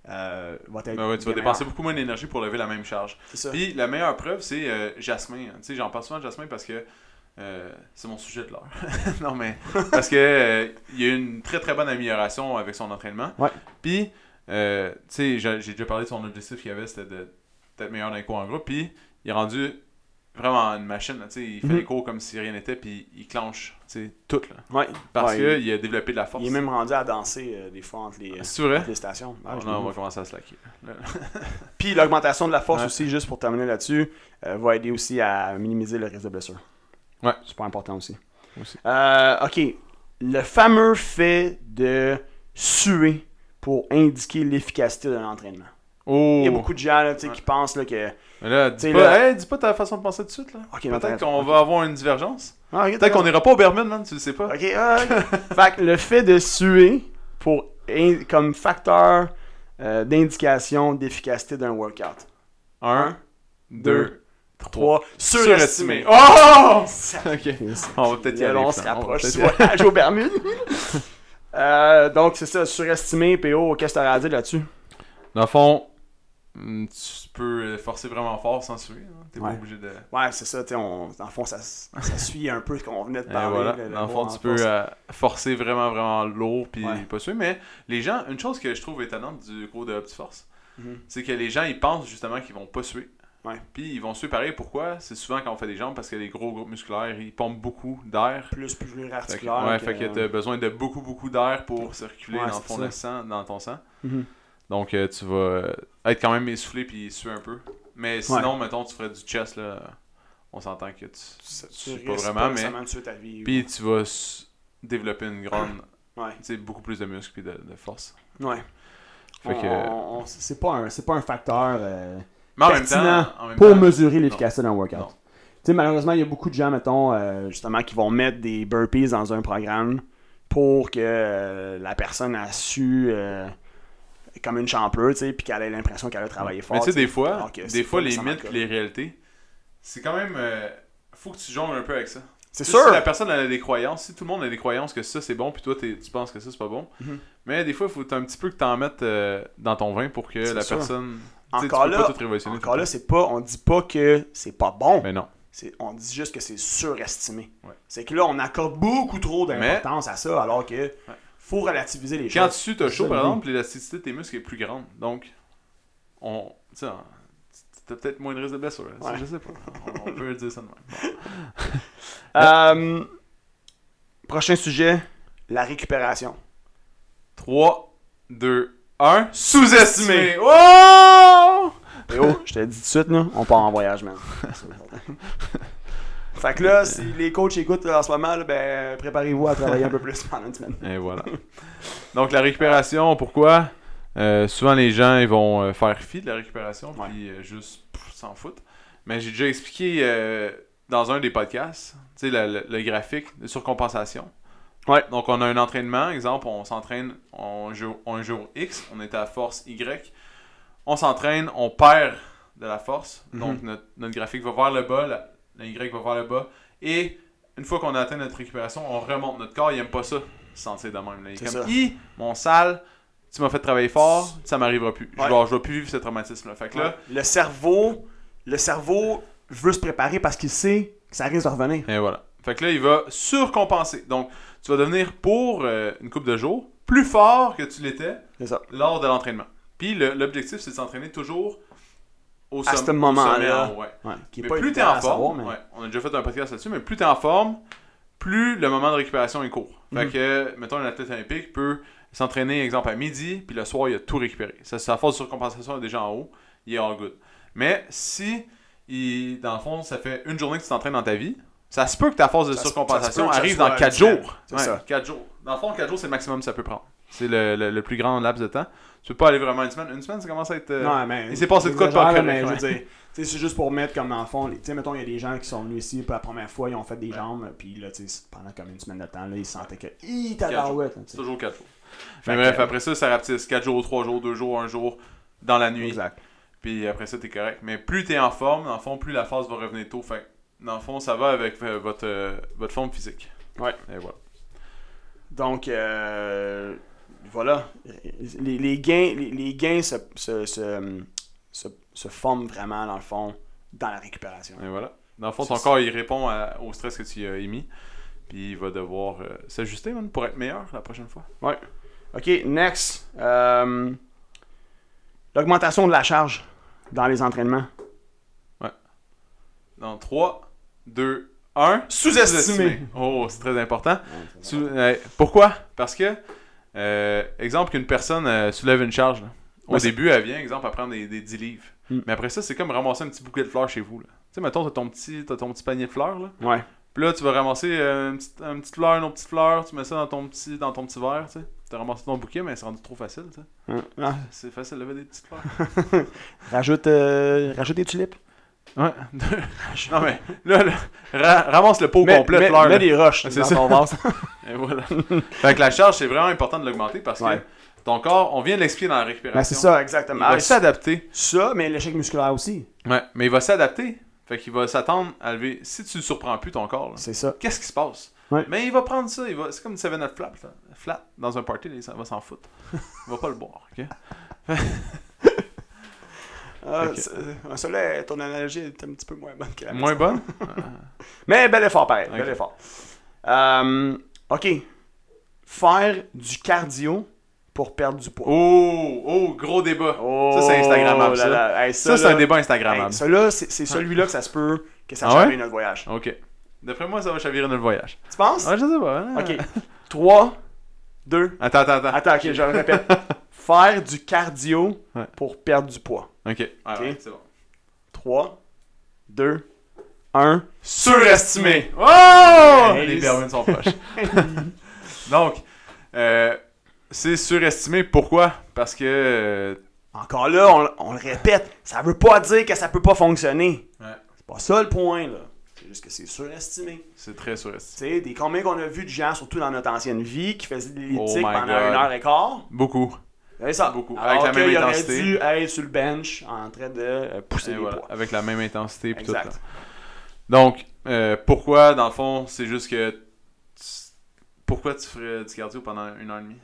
[SPEAKER 2] euh, va t'aider.
[SPEAKER 1] Ben ouais, tu vas dépenser beaucoup moins d'énergie pour lever la même charge.
[SPEAKER 2] C'est ça.
[SPEAKER 1] Puis la meilleure preuve, c'est euh, Jasmin. Tu sais, j'en parle souvent de Jasmin parce que euh, c'est mon sujet de l'heure. non, mais parce que euh, il y a eu une très très bonne amélioration avec son entraînement.
[SPEAKER 2] Ouais.
[SPEAKER 1] Puis, euh, tu sais, j'ai j'ai déjà parlé de son objectif qu'il avait, c'était de- d'être meilleur dans les cours en groupe. Puis, il est rendu vraiment une machine. là. Tu sais, il fait
[SPEAKER 2] Mhm.
[SPEAKER 1] les cours comme si rien n'était, puis il clenche, tu sais, tout. Là,
[SPEAKER 2] Ouais.
[SPEAKER 1] parce
[SPEAKER 2] Ouais,
[SPEAKER 1] qu'il a développé de la
[SPEAKER 2] il,
[SPEAKER 1] force.
[SPEAKER 2] il est même rendu à danser euh, des fois entre les,
[SPEAKER 1] C'est vrai?
[SPEAKER 2] entre les stations. Ouais,
[SPEAKER 1] Oh
[SPEAKER 2] je l'ai
[SPEAKER 1] non, on
[SPEAKER 2] vu.
[SPEAKER 1] va commencer à slacker.
[SPEAKER 2] Puis l'augmentation de la force
[SPEAKER 1] Ouais.
[SPEAKER 2] aussi, juste pour terminer là-dessus, euh, va aider aussi à minimiser le risque de blessure.
[SPEAKER 1] Ouais.
[SPEAKER 2] Super important aussi.
[SPEAKER 1] Aussi.
[SPEAKER 2] Euh, OK. Le fameux fait de suer pour indiquer l'efficacité de l'entraînement.
[SPEAKER 1] Oh!
[SPEAKER 2] Il y a beaucoup de gens là, tu sais,
[SPEAKER 1] Ouais.
[SPEAKER 2] qui pensent là, que.
[SPEAKER 1] Mais là, dis
[SPEAKER 2] T'sais,
[SPEAKER 1] pas,
[SPEAKER 2] là-
[SPEAKER 1] hey, dis pas ta façon de penser tout de suite. Là.
[SPEAKER 2] Ok, non, t'as
[SPEAKER 1] Peut-être
[SPEAKER 2] raison.
[SPEAKER 1] qu'on va avoir une divergence.
[SPEAKER 2] Ah, ok,
[SPEAKER 1] Peut-être qu'on ira pas au Bermude, man, tu le sais pas.
[SPEAKER 2] Ok, ah, ok. fait que le fait de suer pour in- comme facteur euh, d'indication d'efficacité d'un workout.
[SPEAKER 1] Un, deux, trois.
[SPEAKER 2] 3. Surestimé.
[SPEAKER 1] Oh!
[SPEAKER 2] Ça-
[SPEAKER 1] Ok.
[SPEAKER 2] Yes.
[SPEAKER 1] On va peut-être y
[SPEAKER 2] Là,
[SPEAKER 1] aller. finalement.
[SPEAKER 2] On se
[SPEAKER 1] On va
[SPEAKER 2] rapproche
[SPEAKER 1] peut-être
[SPEAKER 2] du
[SPEAKER 1] y aller.
[SPEAKER 2] voyage aux Bermudes. Euh, donc, c'est ça, surestimé, PO, qu'est-ce que t'aurais à dire là-dessus?
[SPEAKER 1] Dans le fond, mm, tu peux euh, forcer vraiment fort sans suer. hein. T'es pas
[SPEAKER 2] Ouais.
[SPEAKER 1] obligé de.
[SPEAKER 2] Ouais, c'est ça, tu sais, on- dans le fond, ça, s- ça suit un peu ce qu'on venait de
[SPEAKER 1] Et
[SPEAKER 2] parler.
[SPEAKER 1] Eh voilà.
[SPEAKER 2] le- le
[SPEAKER 1] Dans le
[SPEAKER 2] mot
[SPEAKER 1] fond,
[SPEAKER 2] en
[SPEAKER 1] tu peux
[SPEAKER 2] force.
[SPEAKER 1] euh, forcer vraiment, vraiment lourd puis
[SPEAKER 2] Ouais.
[SPEAKER 1] pas suer. Mais les gens, une chose que je trouve étonnante du cours de Optiforce,
[SPEAKER 2] Mhm.
[SPEAKER 1] c'est que les gens, ils pensent justement qu'ils vont pas suer.
[SPEAKER 2] Ouais.
[SPEAKER 1] Puis ils vont se séparer. Pourquoi C'est souvent quand on fait des jambes parce que les gros groupes musculaires, ils pompent beaucoup d'air.
[SPEAKER 2] Plus
[SPEAKER 1] Fait que,
[SPEAKER 2] pluriarticulaire.
[SPEAKER 1] ouais,
[SPEAKER 2] que-
[SPEAKER 1] fait que t'as besoin de beaucoup, beaucoup d'air pour circuler
[SPEAKER 2] euh, Ouais,
[SPEAKER 1] dans, le
[SPEAKER 2] c'est
[SPEAKER 1] fond
[SPEAKER 2] ça.
[SPEAKER 1] de sang, dans ton sang.
[SPEAKER 2] Mhm.
[SPEAKER 1] Donc, euh, tu vas euh, être quand même essoufflé puis suer un peu. Mais sinon, mettons, tu ferais du chest, là. On s'entend que tu.
[SPEAKER 2] Tu-
[SPEAKER 1] sais
[SPEAKER 2] tu
[SPEAKER 1] pas
[SPEAKER 2] risques
[SPEAKER 1] vraiment, mais-
[SPEAKER 2] nécessairement de tuer ta vie.
[SPEAKER 1] Puis tu vas s- développer une grande.
[SPEAKER 2] Ouais.
[SPEAKER 1] Tu sais, beaucoup plus de muscles puis de, de force.
[SPEAKER 2] Ouais.
[SPEAKER 1] Fait
[SPEAKER 3] On-
[SPEAKER 1] que.
[SPEAKER 3] on- on- c'est pas un, c'est pas un facteur euh,
[SPEAKER 1] Mais en même
[SPEAKER 3] pertinent
[SPEAKER 1] temps. en même
[SPEAKER 3] pour
[SPEAKER 1] temps-
[SPEAKER 3] mesurer l'efficacité d'un workout.
[SPEAKER 1] Non.
[SPEAKER 2] Tu sais, malheureusement, il y a beaucoup de gens, mettons, euh, justement, qui vont mettre des burpees dans un programme pour que euh, la personne a su euh, comme une champeuse, tu sais, puis qu'elle ait l'impression qu'elle a travaillé fort.
[SPEAKER 1] Mais tu sais,
[SPEAKER 2] tu sais.
[SPEAKER 1] des fois,
[SPEAKER 2] alors que c'est
[SPEAKER 1] des fois
[SPEAKER 2] pas
[SPEAKER 1] les
[SPEAKER 2] nécessairement
[SPEAKER 1] mythes
[SPEAKER 2] le
[SPEAKER 1] et les réalités, c'est quand même. euh, faut que tu jongles un peu avec ça.
[SPEAKER 2] C'est
[SPEAKER 1] Tu
[SPEAKER 2] sûr!
[SPEAKER 1] sais, Si la personne elle a des croyances, si tout le monde a des croyances que ça c'est bon, puis toi t'es- tu penses que ça c'est pas bon.
[SPEAKER 2] Mhm.
[SPEAKER 1] Mais des fois, il faut un petit peu que t'en mettes euh, dans ton vin pour que
[SPEAKER 2] C'est
[SPEAKER 1] la
[SPEAKER 2] sûr.
[SPEAKER 1] personne. tu sais,
[SPEAKER 2] Encore
[SPEAKER 1] tu peux
[SPEAKER 2] là,
[SPEAKER 1] pas tout révolutionner. tout
[SPEAKER 2] Encore
[SPEAKER 1] le
[SPEAKER 2] là, c'est pas, on dit pas que c'est pas bon,
[SPEAKER 1] temps. Mais non.
[SPEAKER 2] C'est- on dit juste que c'est surestimé.
[SPEAKER 1] Ouais.
[SPEAKER 2] C'est que là, on accorde beaucoup trop d'importance à ça, alors que faut relativiser les
[SPEAKER 1] Quand
[SPEAKER 2] choses.
[SPEAKER 1] tu sues, t'as chaud
[SPEAKER 3] ça,
[SPEAKER 1] par
[SPEAKER 3] oui.
[SPEAKER 1] exemple, l'élasticité de tes muscles est plus grande. Donc, on. Tu sais, on- t'as peut-être moins de risque de blessure. hein. Ça,
[SPEAKER 2] Ouais.
[SPEAKER 1] Je sais pas. On, on peut dire ça de même.
[SPEAKER 2] Euh, prochain sujet, la récupération.
[SPEAKER 1] 3, 2, 1. Sous-estimé!
[SPEAKER 2] Sous-estimé.
[SPEAKER 1] Oh!
[SPEAKER 2] Et oh, je te le dis tout de suite, là, on part en voyage, man. fait que là, si les coachs écoutent en ce moment, là, ben, préparez-vous à travailler un peu plus pendant une semaine.
[SPEAKER 1] Et voilà. Donc la récupération, pourquoi Euh, Souvent les gens ils vont euh, faire fi de la récupération
[SPEAKER 2] Ouais.
[SPEAKER 1] puis euh, juste pff, s'en foutre. Mais j'ai déjà expliqué euh, dans un des podcasts, tu sais, la- la- le, graphique de surcompensation.
[SPEAKER 2] Ouais.
[SPEAKER 1] Donc on a un entraînement, exemple, on s'entraîne on joue un jour X, on est à force Y, on s'entraîne, on perd de la force,
[SPEAKER 2] Mhm.
[SPEAKER 1] donc notre, notre graphique va vers le bas, la, la Y va vers le bas, et une fois qu'on a atteint notre récupération, on remonte. Notre corps, il aime pas ça, se sentir de même. là. Il est
[SPEAKER 2] C'est
[SPEAKER 1] comme,
[SPEAKER 2] ça.
[SPEAKER 1] Hi, mon sale, tu m'as fait travailler fort, ça m'arrivera plus. Je,
[SPEAKER 2] Ouais.
[SPEAKER 1] vais, je vais plus vivre ce traumatisme-là. Fait que là,
[SPEAKER 2] Le cerveau, le cerveau veut se préparer parce qu'il sait que ça risque de revenir.
[SPEAKER 1] et voilà. Fait que là, il va surcompenser. Donc, tu vas devenir pour euh, une coupe de jours plus fort que tu l'étais
[SPEAKER 2] C'est ça.
[SPEAKER 1] lors de l'entraînement. Puis le- l'objectif, c'est de s'entraîner toujours au
[SPEAKER 2] À
[SPEAKER 1] sommet.
[SPEAKER 2] ce moment-là.
[SPEAKER 1] au sommet en haut, ouais.
[SPEAKER 2] Ouais, qui est
[SPEAKER 1] Mais
[SPEAKER 2] pas
[SPEAKER 1] plus t'es
[SPEAKER 2] évident
[SPEAKER 1] en
[SPEAKER 2] à
[SPEAKER 1] forme,
[SPEAKER 2] savoir, mais-
[SPEAKER 1] ouais, on a déjà fait un podcast là-dessus, mais plus t'es en forme, plus le moment de récupération est court. Fait
[SPEAKER 2] Mhm.
[SPEAKER 1] que, mettons, un athlète olympique peut s'entraîner, exemple, à midi, puis le soir, il a tout récupéré. Ça, sa force de surcompensation est déjà en haut, il est all good. Mais si, il, dans le fond, ça fait une journée que tu t'entraînes dans ta vie, ça se peut que ta force de
[SPEAKER 2] Ça se- ça se
[SPEAKER 1] surcompensation
[SPEAKER 2] peut que ça
[SPEAKER 1] arrive
[SPEAKER 2] soit
[SPEAKER 1] dans 4
[SPEAKER 2] différent.
[SPEAKER 1] jours.
[SPEAKER 2] C'est ça.
[SPEAKER 1] 4 jours. Dans le fond, 4 jours, c'est le maximum que ça peut prendre. C'est le, le- le plus grand laps de temps. Tu peux pas aller vraiment une semaine. Une semaine, ça commence à être. euh,
[SPEAKER 2] Non, mais.
[SPEAKER 1] il s'est passé de quoi de pas
[SPEAKER 2] j'exagère, là,
[SPEAKER 1] correct,
[SPEAKER 2] mais je
[SPEAKER 1] ouais.
[SPEAKER 2] veux dire, tu sais, c'est juste pour mettre comme dans le fond, les- tu sais, mettons, il y a des gens qui sont venus ici pour la première fois, ils ont fait des jambes, puis là, tu sais, pendant comme une semaine de temps, là, ils sentaient que. Hi, tabarouette! là, tu
[SPEAKER 1] C'est
[SPEAKER 2] sais.
[SPEAKER 1] toujours 4 jours.
[SPEAKER 2] Fait
[SPEAKER 1] Mais
[SPEAKER 2] que-
[SPEAKER 1] bref, après ça, ça rapetisse 4 jours, 3 jours, 2 jours, 1 jour, dans la nuit.
[SPEAKER 2] Exact.
[SPEAKER 1] Puis après ça, t'es correct. Mais plus t'es en forme, dans le fond, plus la phase va revenir tôt. Fait que, dans le fond, ça va avec euh, votre, euh, votre forme physique.
[SPEAKER 2] Ouais.
[SPEAKER 1] Et voilà.
[SPEAKER 2] Donc, euh, voilà. Les, les gains, les, les gains se, se, se, se- se forment vraiment, dans le fond, dans la récupération.
[SPEAKER 1] Et voilà. Dans le fond, ton
[SPEAKER 2] C'est
[SPEAKER 1] corps, il répond à- au stress que tu y as émis. Puis il va devoir euh, s'ajuster man, pour être meilleur la prochaine fois.
[SPEAKER 2] OK, next. Euh, L'augmentation de la charge dans les entraînements.
[SPEAKER 1] Dans 3, 2, 1.
[SPEAKER 2] Sous-estimé.
[SPEAKER 1] Oh, c'est très important. Sou- euh, pourquoi? Parce que, euh, exemple, qu'une personne euh, soulève une charge. là. Au
[SPEAKER 2] Ouais, c'est-
[SPEAKER 1] début, elle vient, exemple, à prendre des, des 10 livres.
[SPEAKER 2] Mm.
[SPEAKER 1] Mais après ça, c'est comme ramasser un petit bouquet de fleurs chez vous. là. Tu sais, mettons, t'as ton petit, t'as ton petit panier de fleurs. Là.
[SPEAKER 2] Ouais.
[SPEAKER 1] Puis là, tu vas ramasser euh, une, petite, une petite fleur, une autre petite fleur, tu mets ça dans ton petit, dans ton petit verre. Tu sais. T'as ramassé ton bouquet, mais c'est rendu trop facile. tu sais.
[SPEAKER 2] Hein? Ah,
[SPEAKER 1] C'est facile de lever des petites fleurs.
[SPEAKER 2] rajoute, euh, rajoute des tulipes.
[SPEAKER 1] ouais. non, mais là, là, ra- ramasse le pot
[SPEAKER 2] Mets-
[SPEAKER 1] complet de
[SPEAKER 2] mets-
[SPEAKER 1] fleurs.
[SPEAKER 2] mets
[SPEAKER 1] là.
[SPEAKER 2] des roches
[SPEAKER 1] Ouais, c'est
[SPEAKER 2] dans
[SPEAKER 1] ça.
[SPEAKER 2] ton vase.
[SPEAKER 1] Et voilà. fait que la charge, c'est vraiment important de l'augmenter parce
[SPEAKER 2] Ouais.
[SPEAKER 1] que ton corps, on vient de l'expliquer dans la récupération.
[SPEAKER 2] Ben, c'est ça,
[SPEAKER 1] Il
[SPEAKER 2] exactement.
[SPEAKER 1] va
[SPEAKER 2] Ah, ça,
[SPEAKER 1] s'adapter.
[SPEAKER 2] ça, mais l'échec musculaire aussi.
[SPEAKER 1] Ouais, mais il va s'adapter. Fait qu'il va s'attendre à lever. Si tu ne surprends plus ton corps, là,
[SPEAKER 2] C'est ça.
[SPEAKER 1] qu'est-ce qui se passe?
[SPEAKER 2] Ouais.
[SPEAKER 1] Mais il va prendre ça. Il va... C'est comme une 7 Up flat, là. flat dans un party. là, il s'en- va s'en foutre. il va pas le boire. ok?
[SPEAKER 2] Ah,
[SPEAKER 1] Ok.
[SPEAKER 2] c'est- euh, ça, là, ton analogie est un petit peu moins bonne que la mienne.
[SPEAKER 1] Moins bonne?
[SPEAKER 2] Mais bel effort, pareil.
[SPEAKER 1] Ok.
[SPEAKER 2] Bel effort. Euh, OK. Faire du cardio pour perdre du poids.
[SPEAKER 1] Oh, oh, gros débat.
[SPEAKER 2] Oh,
[SPEAKER 1] ça, c'est Instagrammable, ça.
[SPEAKER 2] là là. Hey,
[SPEAKER 1] ça, c'est
[SPEAKER 2] là-
[SPEAKER 1] un débat
[SPEAKER 2] hey,
[SPEAKER 1] Instagrammable.
[SPEAKER 2] ça, là, c'est c'est celui-là que ça se peut que ça
[SPEAKER 1] Ah
[SPEAKER 2] change
[SPEAKER 1] ouais?
[SPEAKER 2] notre voyage.
[SPEAKER 1] ok. D'après moi, ça va chavirer notre voyage.
[SPEAKER 2] Tu penses?
[SPEAKER 1] Ah, je sais pas. hein.
[SPEAKER 2] Ok. 3, 2,
[SPEAKER 1] Attends, attends, attends.
[SPEAKER 2] attends, ok, je le répète. Faire du cardio
[SPEAKER 1] Ouais.
[SPEAKER 2] pour perdre du poids.
[SPEAKER 1] Ok. Ah,
[SPEAKER 2] Ok.
[SPEAKER 1] ouais, c'est bon.
[SPEAKER 2] 3, 2, 1.
[SPEAKER 1] Surestimé. Oh!
[SPEAKER 2] Hey,
[SPEAKER 1] les
[SPEAKER 2] les-
[SPEAKER 1] Bermudes sont proches. Donc, euh, c'est surestimé. Pourquoi? Parce que euh,
[SPEAKER 2] Encore là, on, on le répète, ça veut pas dire que ça peut pas fonctionner.
[SPEAKER 1] Ouais.
[SPEAKER 2] C'est pas ça le point, là. C'est juste que c'est surestimé.
[SPEAKER 1] c'est très surestimé.
[SPEAKER 2] Tu sais, des combien qu'on a vu de gens, surtout dans notre ancienne vie, qui faisaient de
[SPEAKER 1] Oh
[SPEAKER 2] l'éthique
[SPEAKER 1] my
[SPEAKER 2] pendant
[SPEAKER 1] God.
[SPEAKER 2] une heure et quart.
[SPEAKER 1] Beaucoup.
[SPEAKER 2] C'est ça.
[SPEAKER 1] Beaucoup.
[SPEAKER 2] Alors
[SPEAKER 1] Avec la même
[SPEAKER 2] qu'il aurait
[SPEAKER 1] intensité.
[SPEAKER 2] dû être sur le bench en train de euh, pousser
[SPEAKER 1] Et
[SPEAKER 2] les
[SPEAKER 1] voilà,
[SPEAKER 2] poids.
[SPEAKER 1] avec la même intensité. puis tout, là.
[SPEAKER 2] Exact.
[SPEAKER 1] Donc, euh, pourquoi, dans le fond, c'est juste que. tu- Pourquoi tu ferais du cardio pendant une heure et demie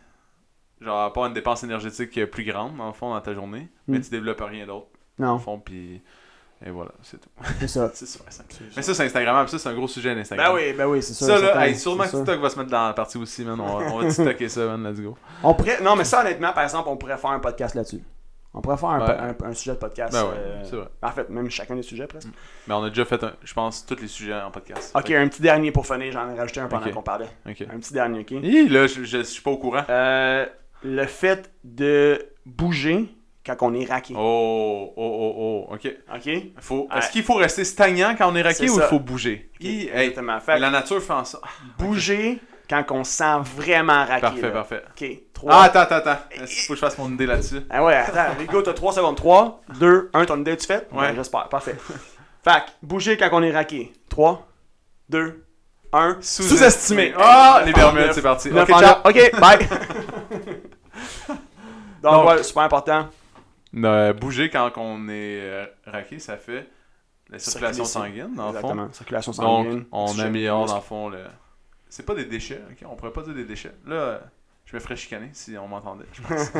[SPEAKER 1] Genre, pas une dépense énergétique euh, plus grande, dans le fond, dans ta journée, mais
[SPEAKER 3] Mm.
[SPEAKER 1] tu développes rien d'autre, dans
[SPEAKER 3] Non,
[SPEAKER 1] le fond, puis. Et voilà, c'est tout.
[SPEAKER 3] c'est ça.
[SPEAKER 1] C'est super simple. Mais ça, c'est Instagram, ça, c'est un gros sujet, l'Instagram.
[SPEAKER 2] Ben oui, ben
[SPEAKER 3] Ben oui, c'est sûr.
[SPEAKER 1] Ça,
[SPEAKER 3] certain,
[SPEAKER 1] là, hey, sûrement
[SPEAKER 3] c'est
[SPEAKER 1] que
[SPEAKER 3] sûr.
[SPEAKER 1] TikTok va se mettre dans la partie aussi, man. On va, on va TikToker ça, man. Let's go.
[SPEAKER 2] On pourrait- Non, mais ça, honnêtement, par exemple, on pourrait faire un
[SPEAKER 3] Podcast
[SPEAKER 2] podcast.
[SPEAKER 3] là-dessus. On pourrait faire un,
[SPEAKER 1] Ouais.
[SPEAKER 3] po- un- un sujet de podcast.
[SPEAKER 1] Ben ouais,
[SPEAKER 3] euh,
[SPEAKER 1] c'est vrai.
[SPEAKER 2] En fait, même chacun des sujets presque.
[SPEAKER 1] Mais on a déjà fait, un- je pense, tous les sujets en podcast.
[SPEAKER 2] Ok, un petit dernier pour finir, j'en ai rajouté un pendant
[SPEAKER 1] Ok.
[SPEAKER 2] qu'on parlait.
[SPEAKER 1] Ok.
[SPEAKER 2] Un petit dernier, ok.
[SPEAKER 1] Hi, là, je, je, je suis pas au courant.
[SPEAKER 2] Euh, le fait de bouger quand on est raqué.
[SPEAKER 1] Oh, oh, oh, oh. Ok.
[SPEAKER 2] Ok?
[SPEAKER 1] Faut...
[SPEAKER 2] Ouais.
[SPEAKER 1] Est-ce qu'il faut rester stagnant quand on est raqué
[SPEAKER 2] Ah. C'est
[SPEAKER 1] ou il
[SPEAKER 2] ça.
[SPEAKER 1] faut bouger? Hi, hey,
[SPEAKER 2] Exactement. Fait que
[SPEAKER 1] la nature fait en ça.
[SPEAKER 2] bouger quand on se sent vraiment raqué.
[SPEAKER 1] Parfait,
[SPEAKER 2] là.
[SPEAKER 1] parfait.
[SPEAKER 2] Ok, 3.
[SPEAKER 1] Ah, attends, attends, attends. Est-ce faut que je fasse mon idée là-dessus?
[SPEAKER 2] Ah ouais, attends, Rigo, t'as 3 secondes. 3, 2, 1, ton idée, tu fais?
[SPEAKER 1] Ouais.
[SPEAKER 2] J'espère, parfait. Fait que, bouger quand on est raqué. 3, 2, 1.
[SPEAKER 1] Sous-estimé. Ah, les Bermudes, c'est parti.
[SPEAKER 2] Ok,
[SPEAKER 1] Ok, ciao.
[SPEAKER 2] ok, bye. Donc,
[SPEAKER 1] Donc.
[SPEAKER 2] ouais, super important.
[SPEAKER 1] Euh, bouger quand on est euh, raqué, ça fait la circulation
[SPEAKER 2] Circuler,
[SPEAKER 1] sanguine, dans le fond.
[SPEAKER 2] Exactement, circulation sanguine.
[SPEAKER 1] Donc, on
[SPEAKER 2] oxygène,
[SPEAKER 1] améliore dans
[SPEAKER 2] muscle.
[SPEAKER 1] le fond le. C'est pas des déchets, ok? On pourrait pas dire des déchets. Là, euh, je me ferais chicaner si on m'entendait, je pense.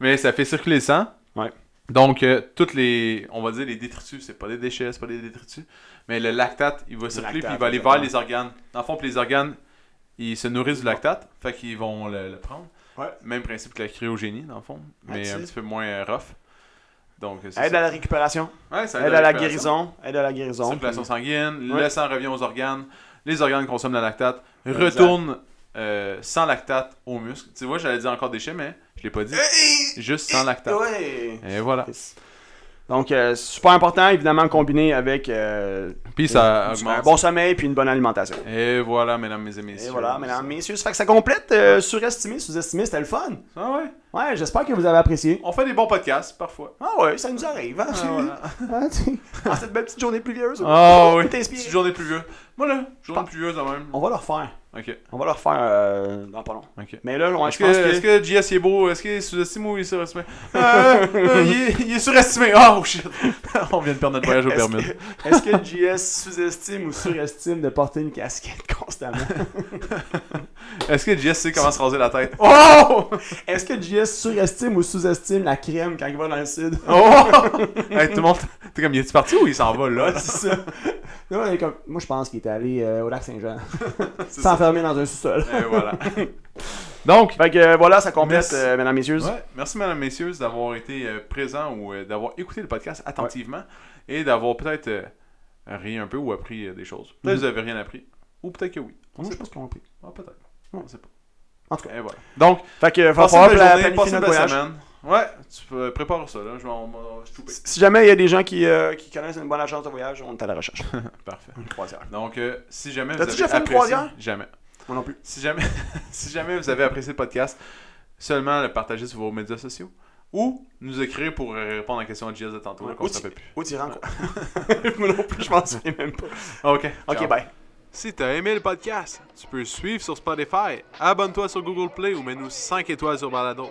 [SPEAKER 1] Mais ça fait circuler le sang.
[SPEAKER 2] Ouais.
[SPEAKER 1] Donc, euh, toutes les. On va dire les détritus, c'est pas des déchets, c'est pas des détritus. Mais le lactate, il va circuler puis
[SPEAKER 2] lactate,
[SPEAKER 1] il va aller
[SPEAKER 2] exactement.
[SPEAKER 1] vers les organes. Dans le fond, puis les organes, ils se nourrissent du lactate, fait qu'ils vont le, le prendre.
[SPEAKER 2] Ouais.
[SPEAKER 1] Même principe que la cryogénie, dans le fond, mais
[SPEAKER 2] That's
[SPEAKER 1] un
[SPEAKER 2] it.
[SPEAKER 1] petit peu moins euh, rough. Donc, euh, c'est
[SPEAKER 2] Aide
[SPEAKER 1] ça.
[SPEAKER 2] à la récupération,
[SPEAKER 1] Ouais, ça
[SPEAKER 2] aide à la
[SPEAKER 1] récupération.
[SPEAKER 2] guérison, aide à la guérison.
[SPEAKER 1] Circulation
[SPEAKER 2] puis-
[SPEAKER 1] sanguine, le
[SPEAKER 2] Ouais.
[SPEAKER 1] sang revient aux organes, les organes consomment la lactate,
[SPEAKER 2] Exact.
[SPEAKER 1] retourne euh, sans lactate aux muscles. Tu vois, j'allais dire encore déchets, mais je l'ai pas dit. Juste sans lactate.
[SPEAKER 2] Ouais.
[SPEAKER 1] Et voilà.
[SPEAKER 2] Donc, euh, super important, évidemment, combiné avec euh,
[SPEAKER 1] Puis ça
[SPEAKER 2] du- un
[SPEAKER 1] augmente.
[SPEAKER 2] bon sommeil puis une bonne alimentation.
[SPEAKER 1] Et voilà, mesdames et
[SPEAKER 2] Et
[SPEAKER 1] messieurs.
[SPEAKER 2] voilà, mesdames, messieurs, ça fait que ça complète euh, surestimé, sous-estimé, c'était le fun.
[SPEAKER 1] Ah ouais.
[SPEAKER 3] Ouais, j'espère que vous avez apprécié.
[SPEAKER 1] On fait des bons podcasts, parfois.
[SPEAKER 2] Ah ouais, ça nous arrive, hein?
[SPEAKER 1] Ah, voilà.
[SPEAKER 3] Hein, tu-
[SPEAKER 2] En Ah, cette belle petite journée pluvieuse.
[SPEAKER 1] Ah oui.
[SPEAKER 2] T'es inspiré.
[SPEAKER 1] Petite journée pluvieuse. Moi, là, journée pluvieuse, quand même.
[SPEAKER 2] On va le refaire.
[SPEAKER 1] Ok,
[SPEAKER 2] On va le refaire euh, dans pas long.
[SPEAKER 1] ok.
[SPEAKER 2] Mais là, ouais,
[SPEAKER 1] Est-ce
[SPEAKER 2] je
[SPEAKER 1] que,
[SPEAKER 2] pense que...
[SPEAKER 1] est-ce que JS il est beau? Est-ce qu'il est sous-estimé ou il est surestimé? Euh, euh, il, est, il est surestimé! Oh shit! On vient de perdre notre voyage au
[SPEAKER 2] Est-ce
[SPEAKER 1] permis.
[SPEAKER 2] que- Est-ce que JS sous-estime ou surestime de porter une casquette constamment?
[SPEAKER 1] Est-ce que JS sait comment se raser la tête?
[SPEAKER 2] Oh! Est-ce que JS surestime ou sous-estime la crème quand il va dans le sud?
[SPEAKER 1] Oh! Hey, tout le monde, t'es comme, il est parti ou il s'en va là?
[SPEAKER 2] Ouais, c'est ça.
[SPEAKER 3] Non, mais comme- Moi, je pense qu'il était allé euh, au lac Saint-Jean.
[SPEAKER 1] C'est ça.
[SPEAKER 3] S'enfermer dans un sous-sol.
[SPEAKER 1] Et Eh, voilà. Donc,
[SPEAKER 2] Fait que euh, voilà, ça complète,
[SPEAKER 1] Merci.
[SPEAKER 2] euh, mesdames, messieurs.
[SPEAKER 1] ouais, merci, mesdames, messieurs, d'avoir été euh, présents ou euh, d'avoir écouté le podcast attentivement et d'avoir peut-être euh, ri un peu ou appris euh, des choses. Peut-être que
[SPEAKER 2] Mm-hmm.
[SPEAKER 1] vous avez rien appris. Ou peut-être que oui. On
[SPEAKER 3] Moi,
[SPEAKER 1] sait
[SPEAKER 3] je
[SPEAKER 1] pas.
[SPEAKER 3] pense qu'on a pris.
[SPEAKER 1] Ah, peut-être.
[SPEAKER 3] Ouais.
[SPEAKER 1] On sait pas.
[SPEAKER 3] En tout cas.
[SPEAKER 1] Et voilà. Donc,
[SPEAKER 2] Fait que euh, va
[SPEAKER 1] passez
[SPEAKER 2] falloir
[SPEAKER 1] une belle
[SPEAKER 2] pla-
[SPEAKER 1] journée,
[SPEAKER 2] planifier
[SPEAKER 1] passez une
[SPEAKER 2] notre
[SPEAKER 1] belle
[SPEAKER 2] voyage.
[SPEAKER 1] semaine. Ouais, tu euh, prépares ça, là. Je vais en- en- je vais couper.
[SPEAKER 2] Si jamais il y a des gens qui, euh, qui connaissent une bonne agence de voyage, on est à la recherche.
[SPEAKER 1] Parfait.
[SPEAKER 2] Une croisière.
[SPEAKER 1] Donc, euh, si jamais vous
[SPEAKER 2] T'as-tu
[SPEAKER 1] avez
[SPEAKER 2] déjà fait une
[SPEAKER 1] apprécié-
[SPEAKER 2] croisière?
[SPEAKER 1] Jamais.
[SPEAKER 2] Moi non plus.
[SPEAKER 1] Si jamais, si jamais vous avez apprécié le podcast, seulement le partager sur vos médias sociaux ou nous écrire pour euh, répondre à la question de JS de tantôt,
[SPEAKER 2] Ouais,
[SPEAKER 1] qu'on
[SPEAKER 2] ou
[SPEAKER 1] s'en
[SPEAKER 2] tu-
[SPEAKER 1] fait plus.
[SPEAKER 2] Au tyran, quoi. Moi non plus, je m'en souviens même pas.
[SPEAKER 1] Ah, OK.
[SPEAKER 2] Ok, bye.
[SPEAKER 1] Si t'as aimé le podcast, tu peux le suivre sur Spotify, abonne-toi sur Google Play ou mets-nous 5 étoiles sur Balados.